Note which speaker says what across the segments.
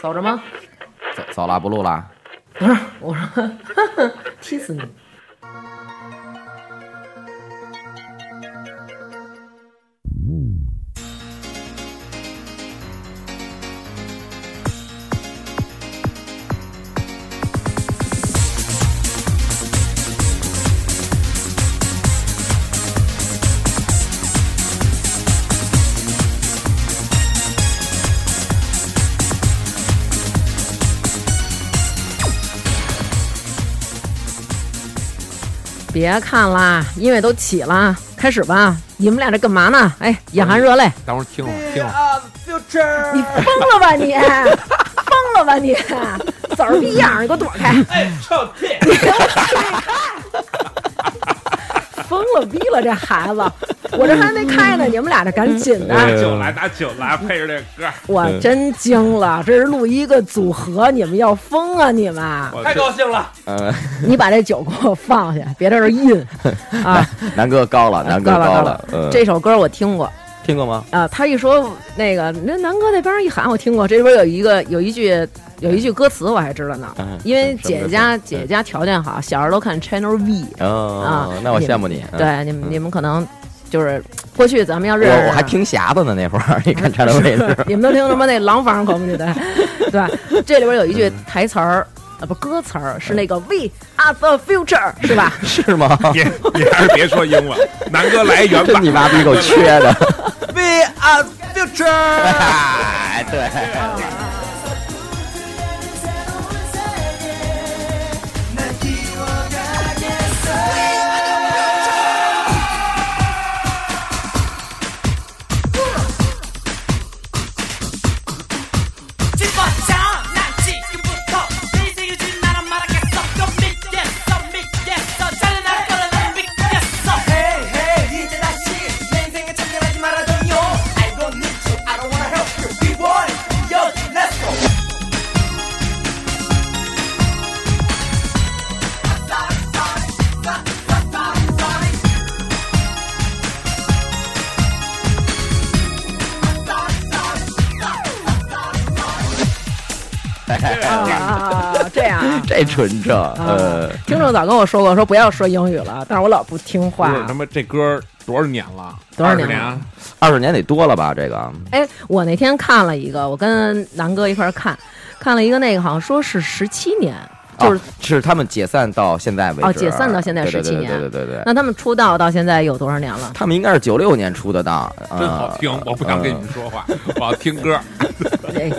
Speaker 1: 走着吗？
Speaker 2: 走走了，不啊录了。
Speaker 1: 不是，我说踢死你！别看啦，音乐都起啦，开始吧！你们俩这干嘛呢？哎，眼含热泪，
Speaker 2: 等会儿听会儿，听会儿。
Speaker 1: 你疯了吧你！疯了吧你！早儿逼样儿，你给我躲 开！
Speaker 3: 哎，臭 T，
Speaker 1: 疯了逼了，这孩子！我这还没开呢，你们俩这赶紧
Speaker 2: 嗯
Speaker 1: 的！
Speaker 3: 拿酒来，拿酒来，配着这歌，
Speaker 1: 我真惊了，这是录一个组合，你们要疯啊你们！
Speaker 3: 太高兴了。
Speaker 2: 呃，
Speaker 1: 你把这酒给我放下，别在这儿 印啊！
Speaker 2: 南哥高了，南哥
Speaker 1: 了
Speaker 2: 高
Speaker 1: 了，
Speaker 2: 嗯，
Speaker 1: 这首歌我听过
Speaker 2: 听过吗？
Speaker 1: 啊。他一说那个，那南哥那边一喊，我听过。这边有一个有一句有一句歌词我还知道呢
Speaker 2: 嗯，
Speaker 1: 因为
Speaker 2: 什么
Speaker 1: 姐
Speaker 2: 歌
Speaker 1: 姐
Speaker 2: 词
Speaker 1: 家
Speaker 2: 嗯
Speaker 1: 姐姐家条件好，小时候都看 Channel V。
Speaker 2: 哦
Speaker 1: 啊，
Speaker 2: 那我
Speaker 1: 你
Speaker 2: 羡慕你。嗯，
Speaker 1: 对，你们
Speaker 2: 嗯
Speaker 1: 你们可能就是过去咱们要认识啊，
Speaker 2: 我我还听匣子呢，那会儿 你看查德卫士，
Speaker 1: 你们都听什么那廊坊口音对 对，这里边有一
Speaker 2: 嗯
Speaker 1: 句台词儿。啊，不，歌词儿是那个 “We are the future”，是吧？
Speaker 2: 是 吗？
Speaker 3: 你你还是别说英 文，南哥来原
Speaker 2: 真
Speaker 3: 版
Speaker 2: 你。妈逼够缺的！
Speaker 3: We are future。
Speaker 2: 哎，对，
Speaker 1: 啊，这样啊。
Speaker 2: 这纯正，呃
Speaker 1: 啊，听众早跟我说过，说不要说英语了，但是我老不听
Speaker 3: 不
Speaker 1: 话。
Speaker 3: 是他妈这歌多少年了？
Speaker 1: 多少年了
Speaker 3: 20年？啊
Speaker 2: 二十年得多了吧？这个，
Speaker 1: 哎，我那天看了一个，我跟南哥一块儿看，看了一个那个，好像说是十七年，就是、
Speaker 2: 哦是他们解散到现在为止，
Speaker 1: 哦解散到现在
Speaker 2: 对对
Speaker 1: 17年
Speaker 2: 对对对对对，
Speaker 1: 那他们出道到现在有多少年 了？
Speaker 2: 他们应该是九六年出的道，呃
Speaker 3: 真好听，我不想跟你们说话，我要听歌。
Speaker 1: 这哎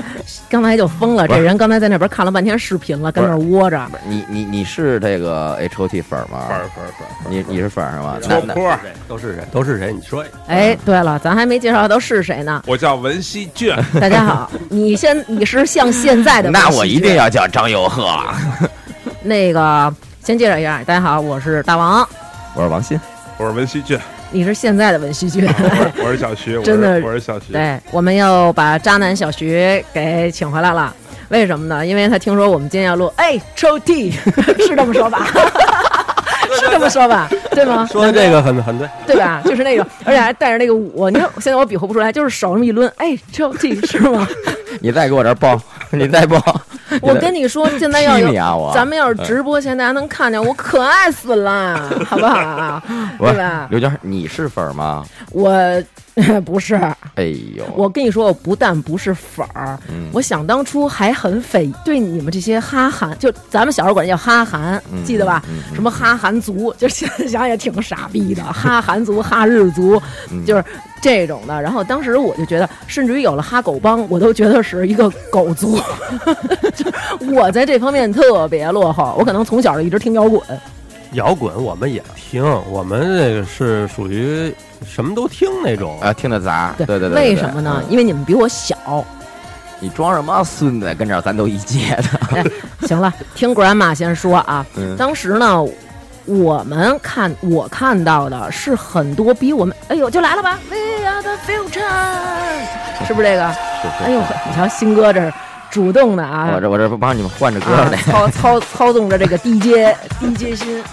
Speaker 1: 刚才就疯了，
Speaker 2: 不是
Speaker 1: 这人刚才在那边看了半天视频了，跟那儿窝着。
Speaker 2: 不是你你你是这个 H O T 粉儿吗？
Speaker 3: 粉粉粉，
Speaker 2: 你你是粉儿是吗？
Speaker 3: 戳
Speaker 2: 那那
Speaker 3: 破。？
Speaker 4: 都是谁？都是谁？你说
Speaker 1: 哎，对了，咱还没介绍都是谁呢
Speaker 3: 我叫文熙 俊，
Speaker 1: 大家好，你先你是像现在的
Speaker 2: 那
Speaker 1: 文
Speaker 2: 我
Speaker 1: 熙
Speaker 2: 一定
Speaker 1: 君
Speaker 2: 要叫张佑赫了。
Speaker 1: 那个先介绍一下，大家好，我是大王，
Speaker 2: 我是王鑫，
Speaker 3: 我是文熙 俊，
Speaker 1: 你是现在的文熙 君。
Speaker 3: 我是我是小徐，我是
Speaker 1: 真的
Speaker 3: 我是小徐。
Speaker 1: 对，我们又把渣男小徐给请回来了。为什么呢？因为他听说我们今天要录，哎，抽屉 是这么说吧？是这么说吧？对吗？
Speaker 4: 说的这个很很对，
Speaker 1: 对吧？就是那种，而且还带着那个舞。你看，现在我比划不出来，就是手那么一抡，哎，抽屉是吗？
Speaker 2: 你再给我这儿报，你再报，
Speaker 1: 我跟你说，现在要
Speaker 2: 踢
Speaker 1: 有
Speaker 2: 你啊我！
Speaker 1: 咱们要是直播，前大家能看见，我可爱死了，好不好啊？
Speaker 2: 不是
Speaker 1: 对吧
Speaker 2: 刘娟，你是粉儿吗？
Speaker 1: 我 不是，
Speaker 2: 哎呦，
Speaker 1: 我跟你说，我不但不是粉儿，
Speaker 2: 嗯
Speaker 1: 我想当初还很匪对你们这些哈韩，就咱们小时候管人叫哈韩，
Speaker 2: 嗯
Speaker 1: 记得吧？
Speaker 2: 嗯嗯
Speaker 1: 什么哈韩族， 就现在想也挺傻逼 的，哈韩族、哈日族，
Speaker 2: 嗯
Speaker 1: 就是这种的。然后当时我就觉得，甚至于有了哈狗帮，我都觉得是一个狗族。 就是我在这方面特别落后，我可能从小就一直听摇滚，
Speaker 4: 摇滚我们也听，我们这个是属于什么都听那种。
Speaker 2: 啊，听得杂，对对对，
Speaker 1: 为什么呢？
Speaker 2: 嗯
Speaker 1: 因为你们比我小。
Speaker 2: 你装什么孙子？跟这儿咱都一届的，
Speaker 1: 行了，听 grandma 先说啊。
Speaker 2: 嗯
Speaker 1: 当时呢，我们看我看到的是很多比我们，哎呦，就来了吧，We are the future，是不是这个？
Speaker 2: 是是
Speaker 1: 哎呦，你瞧，新哥这是主动的啊，
Speaker 2: 我这我这不帮你们换着歌
Speaker 1: 啊
Speaker 2: 呢，
Speaker 1: 操操操纵着这个 DJ DJ 心。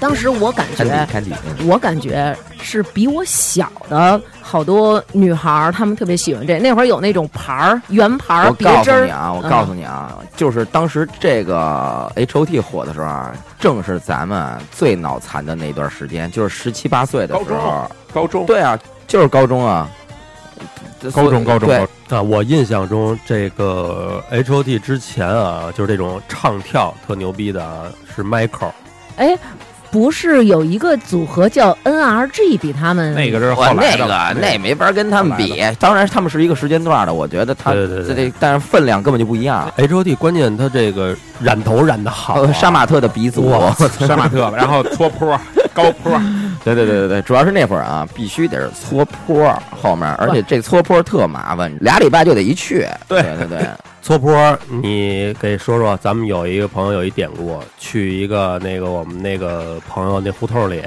Speaker 5: 네
Speaker 1: 实我感
Speaker 2: 看
Speaker 1: 觉
Speaker 2: 底，看底，嗯
Speaker 1: 我感觉是比我小的好多女孩儿，她们特别喜欢这。那会儿有那种牌儿，圆牌儿
Speaker 2: 我
Speaker 1: 别
Speaker 2: 告
Speaker 1: 针
Speaker 2: 诉你
Speaker 1: 儿，嗯
Speaker 2: 啊，我告诉你啊，就是当时这个 H O T 火的时候啊，正是咱们最脑残的那段时间，就是十七八岁的时候
Speaker 3: 高。高中
Speaker 2: 对啊，就是高中啊，
Speaker 3: 高中高中
Speaker 2: 对
Speaker 3: 高中
Speaker 4: 啊，我印象中这个 H O T 之前啊，就是这种唱跳特牛逼的啊，是 Michael，
Speaker 1: 哎，不是有一个组合叫 N R G 比他们
Speaker 3: 那个是
Speaker 2: 我
Speaker 3: 后来
Speaker 2: 那
Speaker 3: 的了，
Speaker 2: 个那没法跟他们比，当然他们是一个时间段的，我觉得他
Speaker 4: 对对
Speaker 2: 这
Speaker 4: 对
Speaker 2: 这但是分量根本就不一样。
Speaker 4: H O T 关键他这个染头染的好、
Speaker 2: 呃，
Speaker 4: 啊，
Speaker 2: 杀马特的鼻祖，
Speaker 4: 哇
Speaker 3: 杀马特，然后搓坡、高坡，
Speaker 2: 对对对对对，主要是那会儿啊，必须得是搓坡后面，而且这搓坡特麻烦，俩礼拜就得一去。
Speaker 4: 对
Speaker 2: 对对对，
Speaker 4: 搓坡，你给说说，咱们有一个朋友有一典故，去一个那个我们那个朋友那胡同里，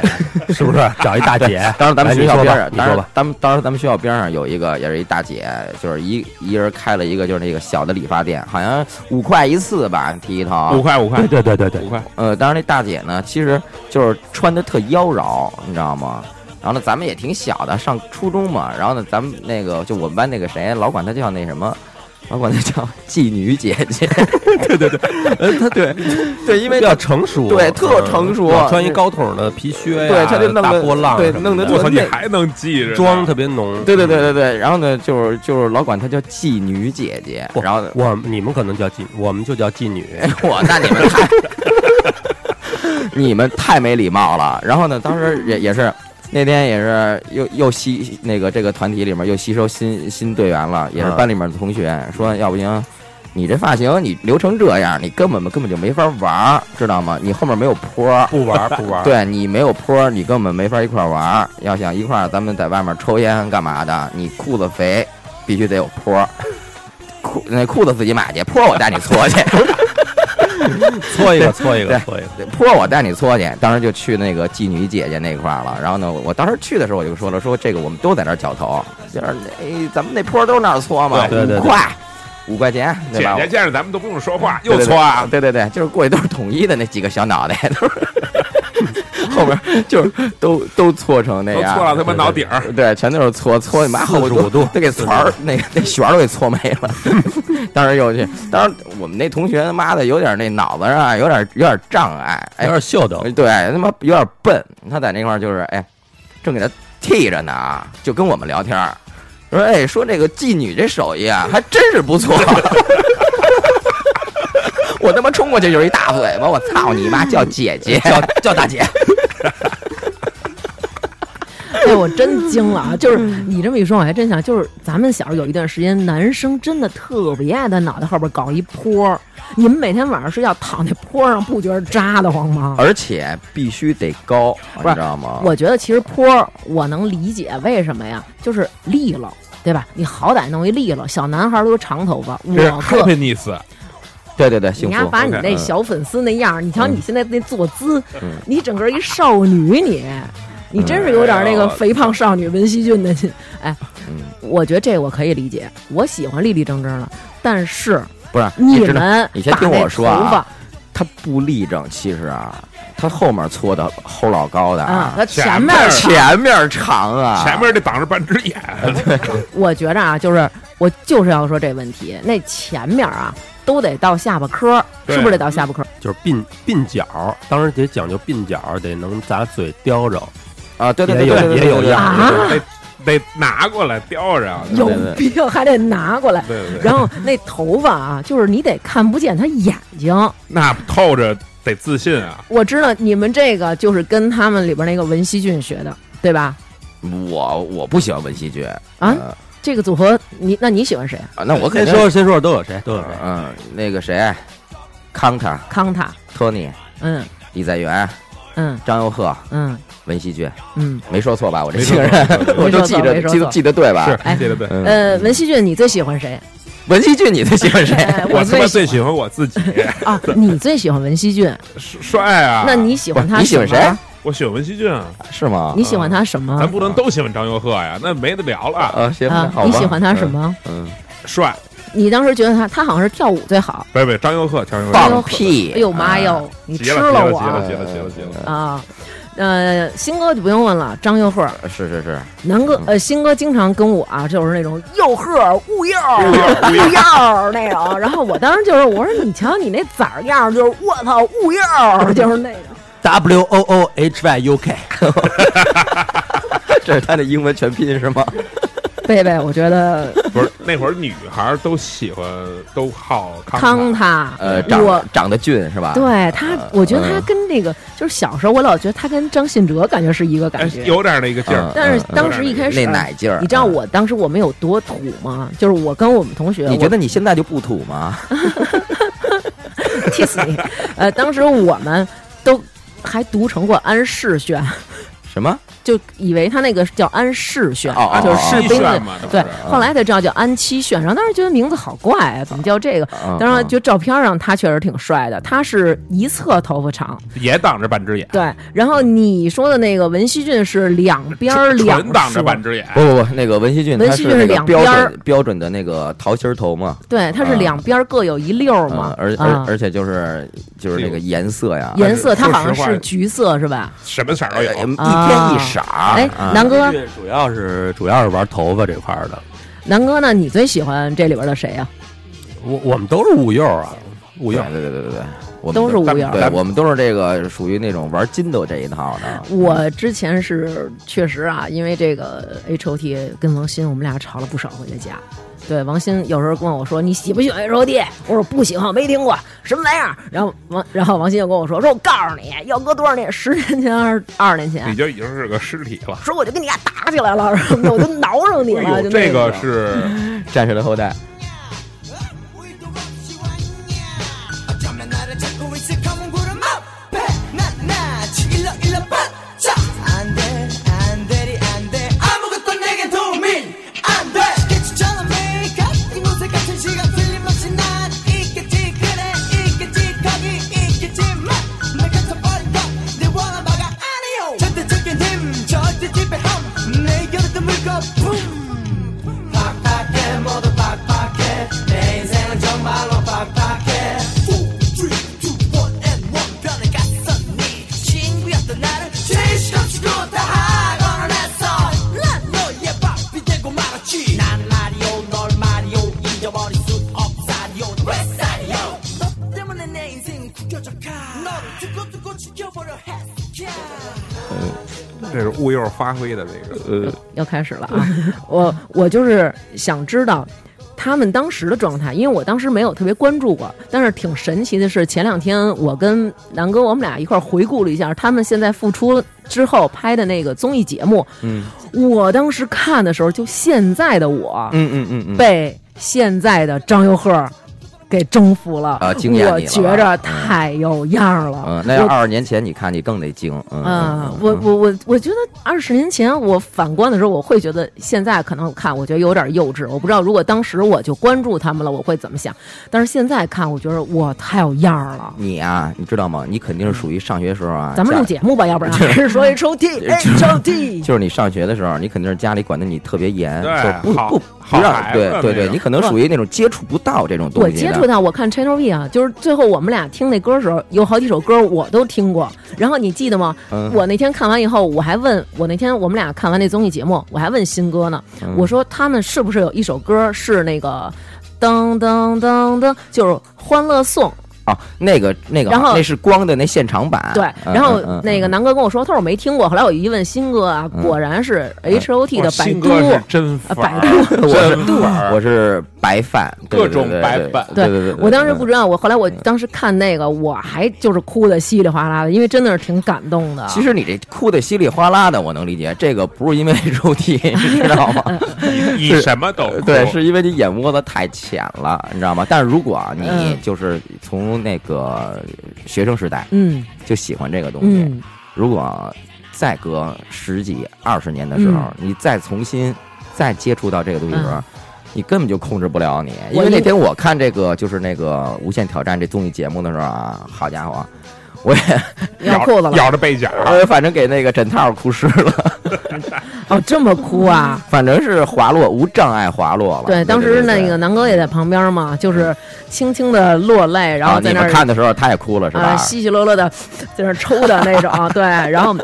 Speaker 4: 是不是找一大姐？
Speaker 2: 当时咱们学校边
Speaker 4: 哎
Speaker 2: 上，
Speaker 4: 你
Speaker 2: 当
Speaker 4: 说吧你说
Speaker 2: 时
Speaker 4: 吧
Speaker 2: 咱们当时咱们学校边上有一个也是一大姐，就是一一人开了一个就是那个小的理发店，好像五块一次吧，剃一头。
Speaker 3: 五块五块
Speaker 4: 对对对对对
Speaker 3: 五，块，
Speaker 2: 呃，当然那大姐呢，其实就是穿的特妖娆，你知道吗？然后呢，咱们也挺小的，上初中嘛。然后呢，咱们那个就我们班那个谁，老管她叫那什么，老管她叫妓女姐姐。 对对对，呃她对对，因为
Speaker 4: 比
Speaker 2: 她
Speaker 4: 较成熟，
Speaker 2: 对特成熟
Speaker 4: 老穿一高筒的皮靴呀，
Speaker 2: 对她就弄得
Speaker 4: 大波浪什么的，
Speaker 2: 对弄得
Speaker 3: 我操，你
Speaker 2: 那
Speaker 3: 还能记着呢
Speaker 4: 妆特别浓。
Speaker 2: 对对对对对。然后呢，就是就是老管她叫妓女姐姐。
Speaker 4: 不
Speaker 2: 然后
Speaker 4: 我你们可能叫妓，我们就叫妓女。
Speaker 2: 我那你们太，你们太没礼貌了。然后呢，当时也也是那天也是又又吸那个这个团体里面又吸收新新队员了，也是
Speaker 4: 嗯
Speaker 2: 班里面的同学说，要不行。你这发型你留成这样，你根本根本就没法玩儿，知道吗？你后面没有坡儿，
Speaker 4: 不玩不玩，
Speaker 2: 对你没有坡儿，你根本没法一块儿玩儿。要想一块儿，咱们在外面抽烟干嘛的？你裤子肥，必须得有坡儿。 裤那裤子自己买去，坡儿我带你搓去。
Speaker 4: 搓一个搓一
Speaker 2: 对
Speaker 4: 个搓一个。
Speaker 2: 坡我带你搓去，当时就去那个妓女姐姐那块儿了。然后呢，我当时去的时候我就说了，说这个我们都在那儿绞头，就是那、哎、咱们那坡都是那儿搓嘛，
Speaker 4: 对对对
Speaker 2: 五
Speaker 4: 对
Speaker 2: 块，五块钱，
Speaker 3: 姐
Speaker 2: 对吧？
Speaker 3: 姐见着咱们都不用说话，
Speaker 2: 对
Speaker 3: 又
Speaker 2: 对
Speaker 3: 搓啊，
Speaker 2: 对对对，就是过去都是统一的那几个小脑袋，都是后边就是都都搓成那
Speaker 3: 都
Speaker 2: 样，
Speaker 3: 搓到他妈脑顶儿，
Speaker 2: 对，全都是搓搓你妈后
Speaker 4: 45度
Speaker 2: 都给旋儿那个那旋儿都给搓没了。 当时又去，当时我们那同学他妈的有点那脑子上啊有点有点障碍，哎
Speaker 4: 有，点秀逗，
Speaker 2: 对，他妈有点笨，他在那块儿就是哎，正给他剃着呢啊，就跟我们聊天儿，说哎说这个妓女这手艺啊，还真是不错。 我他妈冲过去就是一大嘴巴，我操你妈！叫姐姐，叫叫大姐，
Speaker 1: 哎，我真惊了啊！就是你这么一说，我还真想，就是咱们小时候有一段时间，男生真的特别爱在脑袋后边搞一坡儿。你们每天晚上睡觉躺那坡上，不觉得扎得慌 吗？
Speaker 2: 而且必须得高，你
Speaker 1: 不是
Speaker 2: 知道
Speaker 3: 哦
Speaker 2: 吗？
Speaker 1: 我觉得其实坡儿我能理解为什么呀，就是利落，对吧？你好歹弄一利落，小男孩儿都长头发，我
Speaker 3: 这是
Speaker 1: 个
Speaker 3: happiness，
Speaker 2: 对对对，
Speaker 1: 你
Speaker 2: 幸
Speaker 1: 丫
Speaker 2: 福。
Speaker 1: 把你
Speaker 3: OK，
Speaker 1: 那
Speaker 2: 嗯
Speaker 1: 小粉丝那样儿，你瞧你现在那坐姿
Speaker 2: 嗯，
Speaker 1: 你整个一少女你。你真是有点儿那个肥胖少女文熙俊的劲，哎
Speaker 2: 哎嗯，
Speaker 1: 我觉得这我可以理解，我喜欢立立正正的，但是
Speaker 2: 不是
Speaker 1: 你
Speaker 2: 知道
Speaker 1: 们
Speaker 2: 你先听
Speaker 1: 把那
Speaker 2: 我说啊
Speaker 1: 头发
Speaker 2: 他不立正，其实啊，他后面搓的齁老高的
Speaker 1: 啊，
Speaker 2: 啊，
Speaker 1: 它
Speaker 3: 前
Speaker 1: 前面
Speaker 3: 面
Speaker 1: 儿
Speaker 3: 儿
Speaker 1: 长
Speaker 2: 前面长啊，
Speaker 3: 前面得挡着半只 眼，
Speaker 1: 我觉着啊，就是我就是要说这问题，那前面啊都得到下巴颏儿，
Speaker 3: 对
Speaker 1: 是不是得到下巴
Speaker 2: 嗯
Speaker 1: 颏儿？
Speaker 4: 就是鬓鬓角，当时得讲究鬓角，得能砸嘴叼着。
Speaker 2: 啊，对对对
Speaker 4: 也有
Speaker 2: 对对
Speaker 4: 也有
Speaker 2: 对对
Speaker 4: 样
Speaker 2: 对对对
Speaker 1: 啊
Speaker 3: 得得拿过来叼着，啊
Speaker 2: 对
Speaker 1: 有
Speaker 2: 对对
Speaker 1: 病还得拿过来。
Speaker 3: 对对对，
Speaker 1: 然后那头发啊，就是你得看不见他眼睛。
Speaker 3: 那透着得自信啊，
Speaker 1: 我知道你们这个就是跟他们里边那个文熙俊学的，对吧？
Speaker 2: 我我不喜欢文熙剧啊
Speaker 1: 啊，
Speaker 3: 呃
Speaker 1: 这个组合你那你喜欢谁？
Speaker 2: 啊那我肯
Speaker 4: 先
Speaker 2: 定
Speaker 4: 说说先说说都有谁都有谁，
Speaker 2: 嗯，那个谁，康康、
Speaker 1: 康塔，
Speaker 2: 托尼、
Speaker 1: 嗯
Speaker 2: 李在元、
Speaker 1: 嗯
Speaker 2: 张佑赫、
Speaker 1: 嗯
Speaker 2: 文熙俊，
Speaker 1: 嗯。
Speaker 2: 没说错吧？我这
Speaker 3: 没
Speaker 2: 几个
Speaker 3: 错
Speaker 2: 人
Speaker 1: 没
Speaker 2: 我
Speaker 1: 说
Speaker 2: 都
Speaker 1: 错
Speaker 2: 记
Speaker 1: 没说
Speaker 2: 着，记得
Speaker 1: 错
Speaker 2: 记得对吧？
Speaker 3: 是
Speaker 1: 哎
Speaker 3: 对对对，
Speaker 2: 嗯
Speaker 1: 呃，文熙俊，你最喜欢谁？
Speaker 2: 文熙俊，你最喜 欢谁？
Speaker 1: 哎
Speaker 3: 我他
Speaker 1: 最
Speaker 3: 妈
Speaker 1: 喜
Speaker 3: 最喜欢我 自己，
Speaker 1: 啊，你最喜欢文熙俊，
Speaker 3: 帅 啊！
Speaker 1: 那你喜欢
Speaker 2: 不是
Speaker 1: 他
Speaker 2: 你喜欢
Speaker 1: 什么
Speaker 2: 谁？
Speaker 3: 我喜欢文熙俊啊，
Speaker 2: 是吗
Speaker 1: 你？喜欢他什么？
Speaker 3: 咱不能都喜欢张佑赫呀，那没得聊了。
Speaker 2: 呃，行，
Speaker 1: 啊
Speaker 2: 好，吧。
Speaker 1: 你喜欢他什么？
Speaker 2: 嗯？
Speaker 3: 帅，
Speaker 1: 你当时觉得他，他好像是跳舞最好。
Speaker 3: 不是不是，张佑赫，张佑
Speaker 2: 嗯，
Speaker 3: 赫，
Speaker 1: 哎呦
Speaker 2: 放屁！
Speaker 1: 哎呦妈
Speaker 2: 啊！
Speaker 1: 哟，你
Speaker 3: 急
Speaker 1: 吃
Speaker 3: 了急了
Speaker 1: 我
Speaker 3: 急了
Speaker 1: 啊
Speaker 3: 急了急了急了！
Speaker 1: 啊！呃，新哥就不用问了，张佑赫，
Speaker 2: 啊是是是，
Speaker 1: 南
Speaker 3: 嗯
Speaker 1: 哥，呃，新哥经常跟我啊，就是那种佑赫勿要 勿要那种，然后我当时就是我说你瞧你那崽儿样儿，就是我操勿要，就是那种。
Speaker 4: W O O H Y U K，
Speaker 2: 这是他的英文全拼是吗？
Speaker 1: 贝贝，我觉得
Speaker 3: 不是那会儿女孩儿都喜欢都好康
Speaker 1: 康
Speaker 3: 康
Speaker 1: 他，
Speaker 2: 呃，长
Speaker 1: 我
Speaker 2: 长得俊是吧？
Speaker 1: 对他
Speaker 2: 呃，
Speaker 1: 我觉得他
Speaker 2: 嗯
Speaker 1: 跟那个就是小时候，我老觉得他跟张信哲感觉是一个
Speaker 3: 哎
Speaker 1: 感觉，
Speaker 3: 有点儿那个劲儿
Speaker 2: 嗯，
Speaker 1: 但是
Speaker 2: 嗯嗯
Speaker 1: 当时一开始
Speaker 2: 那奶劲儿，
Speaker 1: 你知道
Speaker 2: 嗯
Speaker 1: 我当时我们有多土吗？就是我跟我们同学，
Speaker 2: 你觉
Speaker 1: 我
Speaker 2: 得你现在就不土 吗？
Speaker 1: 气 死你！呃，当时我们都还读成过安世轩，
Speaker 2: 什么？
Speaker 1: 就以为他那个叫安世轩，
Speaker 2: 哦哦
Speaker 1: 啊就是
Speaker 2: 哦
Speaker 1: 士
Speaker 3: 西
Speaker 1: 兵的
Speaker 3: 啊炫。嘛，当时
Speaker 1: 对，
Speaker 2: 嗯
Speaker 1: 后来才知道叫安七炫，然后当时觉得名字好怪啊，怎么叫这个？
Speaker 2: 嗯
Speaker 1: 当然，
Speaker 2: 嗯
Speaker 1: 就照片上他确实挺帅的，他是一侧头发长，
Speaker 2: 嗯
Speaker 3: 也挡着半只眼，
Speaker 1: 对。然后你说的那个文熙俊是两边儿
Speaker 3: 纯
Speaker 1: 两
Speaker 3: 纯挡着
Speaker 1: 梳
Speaker 3: 半只眼，
Speaker 2: 不不不，那个文熙俊，
Speaker 1: 文
Speaker 2: 他
Speaker 1: 熙
Speaker 2: 是
Speaker 1: 俊是
Speaker 2: 那个
Speaker 1: 两
Speaker 2: 标
Speaker 1: 边
Speaker 2: 准标准的那个桃心儿头嘛，
Speaker 1: 对，它是
Speaker 2: 嗯
Speaker 1: 两边儿各有一溜儿
Speaker 2: 嗯
Speaker 1: 嘛，
Speaker 2: 而
Speaker 1: 啊
Speaker 2: 而而且就是就是那个颜色呀，
Speaker 1: 颜色它
Speaker 3: 说
Speaker 1: 好像
Speaker 3: 实话
Speaker 1: 是橘色是吧？
Speaker 3: 什么色儿
Speaker 2: 哎
Speaker 3: 都有
Speaker 2: 呀，一。天
Speaker 1: 啊
Speaker 2: 一色儿。
Speaker 1: 哎，
Speaker 2: 啊
Speaker 1: 南哥，
Speaker 4: 主要是主要是玩头发这块儿的，
Speaker 1: 南哥呢？你最喜欢这里边的谁呀、
Speaker 4: 我我们都是午幼啊，午
Speaker 2: 对
Speaker 4: 幼
Speaker 2: 对对对对对，我们
Speaker 1: 都是无影。
Speaker 2: 对，我们都是这个属于那种玩筋斗这一套的。
Speaker 1: 我之前是确实啊，因为这个 H O T 跟王鑫，我们俩吵了不少回在家。对，王鑫有时候跟我说：“你喜不喜欢 H O T？” 我说：“不喜欢，没听过，什么玩意儿。”然后王，然后王鑫就跟我说：“说我告诉你，要搁多少年，十年前还是二十年
Speaker 3: 你
Speaker 1: 前，
Speaker 3: 就已经是个尸体了。
Speaker 1: 说我就跟你俩打起来了，什么的，我就挠上你
Speaker 3: 哎
Speaker 1: 了。”
Speaker 3: 呦，
Speaker 1: 就
Speaker 3: 这
Speaker 1: 个
Speaker 3: 个是
Speaker 2: 战士的后代，
Speaker 5: 어쩌면 나를 찾고 있을 검은 구름 앞에 나나 치길러 일러 반짝 안돼 안돼리 안돼 아무것도 내게 도움이 안돼 깨치처럼 매일 같은 곳에 같은 시간 틀림없이 난 있겠지 그래 있겠지 거기 있겠지만 날 같아버린 건내 원한 바가 아니오 절대 적인 힘 절대 지배함 내 겨루던 물건 붐 팍팍해 모두 팍팍해 내 인생은 정말로 팍팍해 Four, three, two, one, and one. 변해갔었니? 친구였던 나를 제시없이 다 하거나 했어. 난 너의 밥이 되고 말았지. 난 말이오, 널 말이오, 잊어버릴 수 없사리오. 왜사리오? 너 때문에 내 인생 구겨져 가. 너를 듣고 듣고 지켜보려 했어. Yeah.
Speaker 3: 这是物幼发挥的那 个，
Speaker 2: 呃，
Speaker 1: 要开始了啊！我我就是想知道他们当时的状态，因为我当时没有特别关注过。但是挺神奇的是，前两天我跟南哥我们俩一块儿回顾了一下他们现在复出之后拍的那个综艺节目。
Speaker 2: 嗯
Speaker 1: 我当时看的时候，就现在的我、
Speaker 2: 嗯嗯嗯嗯，
Speaker 1: 被现在的张佑赫给征服了，
Speaker 2: 啊惊艳你了嗯
Speaker 1: 我觉着太有样了。
Speaker 2: 嗯，那要二十年前你看你更得惊，嗯
Speaker 1: 啊
Speaker 2: 嗯，
Speaker 1: 我
Speaker 2: 嗯
Speaker 1: 我我我觉得二十年前我反观的时候，我会觉得现在可能我看我觉得有点幼稚，我不知道如果当时我就关注他们了，我会怎么想。但是现在看，我觉得我太有样儿了。
Speaker 2: 你啊，你知道吗？你肯定是属于上学时候啊，
Speaker 1: 嗯咱们录
Speaker 2: 家
Speaker 1: 节目吧，要不然是说一抽屉，哎，抽屉。
Speaker 2: 就是你上学的时候，你肯定是家里管得你特别严，
Speaker 3: 对
Speaker 2: 说不
Speaker 3: 好
Speaker 2: 不
Speaker 3: 好
Speaker 2: 不让，
Speaker 3: 孩子
Speaker 2: 对对
Speaker 3: 那
Speaker 2: 对，
Speaker 3: 种
Speaker 2: 你可能属于那种接触不到这种东
Speaker 1: 我
Speaker 2: 西
Speaker 1: 接
Speaker 2: 的
Speaker 1: 触到，我看 Channel V 啊，就是最后我们俩听那歌的时候，有好几首歌我都听过。然后你记得吗？
Speaker 2: 嗯
Speaker 1: 我那天看完以后，我还问我那天我们俩看完那综艺节目，我还问新哥呢，
Speaker 2: 嗯
Speaker 1: 我说他们是不是有一首歌是那个噔噔噔噔，就是《欢乐颂》。
Speaker 2: 啊，那个那个，
Speaker 1: 然后
Speaker 2: 那是光的那现场版，
Speaker 1: 对，
Speaker 2: 嗯
Speaker 1: 然后
Speaker 2: 嗯嗯
Speaker 1: 那个南哥跟我说，他说我没听过。后来我一问新哥啊，果然是
Speaker 2: 嗯
Speaker 1: H O T
Speaker 3: 哇
Speaker 1: 的百
Speaker 3: 哦新
Speaker 1: 度。
Speaker 3: 哥是真
Speaker 1: 啊
Speaker 3: 粉
Speaker 1: 百
Speaker 3: 儿，
Speaker 1: 度
Speaker 2: 我是
Speaker 3: 真粉儿，
Speaker 2: 我是白饭，对
Speaker 3: 各种白饭
Speaker 2: 对对对，嗯
Speaker 1: 我当时不
Speaker 2: 知
Speaker 1: 知道，我后来我当时看那个，我还就是哭的稀里哗啦的，因为真的是挺感动的。
Speaker 2: 其实你这哭的稀里哗啦的，我能理解，这个不是因为肉体，你知道
Speaker 1: 嗯
Speaker 2: 吗？
Speaker 3: 你
Speaker 2: 是
Speaker 3: 你什么都哭
Speaker 2: 对，是因为你眼窝子太浅了，你知道吗？但是如果啊你
Speaker 1: 嗯
Speaker 2: 就是从那个学生时代
Speaker 1: 嗯
Speaker 2: 就喜欢这个东西，
Speaker 1: 嗯，
Speaker 2: 如果再隔十几二十年的时候，
Speaker 1: 嗯
Speaker 2: 你再重新再接触到这个东西的时候。你根本就控制不了你，因
Speaker 1: 我
Speaker 2: 为那
Speaker 1: 应
Speaker 2: 天我看这个就是那个《无限挑战》这综艺节目的时候啊，好家伙，我也
Speaker 1: 尿裤子了
Speaker 3: 咬着被角，
Speaker 2: 我也反正给那个枕套哭湿了，
Speaker 1: 哦，这么哭啊？
Speaker 2: 反正是滑落，无障碍滑落了。
Speaker 1: 对，当时那个
Speaker 2: 啊
Speaker 1: 南哥也在旁边嘛，就是轻轻的落泪，然后在
Speaker 2: 啊你
Speaker 1: 那
Speaker 2: 们
Speaker 1: 儿
Speaker 2: 看的时候他也哭了是
Speaker 1: 啊，
Speaker 2: 吧？
Speaker 1: 稀稀落落的在那儿抽的那种，对，然后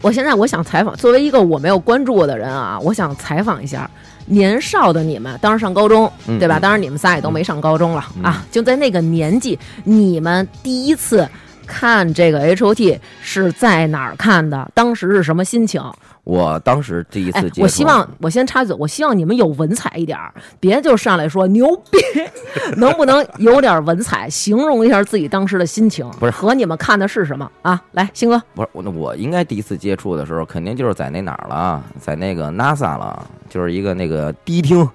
Speaker 1: 我现在我想采访，作为一个我没有关注过的人啊，我想采访一下年少的你们，当时上高中
Speaker 2: 嗯
Speaker 1: 对吧？
Speaker 2: 嗯
Speaker 1: 当然你们仨也都没上高中了、啊，就在那个年纪，你们第一次。看这个 H O T 是在哪儿看的？当时是什么心情？
Speaker 2: 我当时第一
Speaker 1: 哎
Speaker 2: 次接，触，
Speaker 1: 我希望我先插嘴，我希望你们有文采一点儿，别就上来说牛逼， 能不能有点文采，形容一下自己当时的心情？
Speaker 2: 不是
Speaker 1: 和你们看的是什么啊？来，星哥，
Speaker 2: 不是我，那我应该第一次接触的时候，肯定就是在那哪儿了，在那个 NASA 了，就是一个那个迪厅，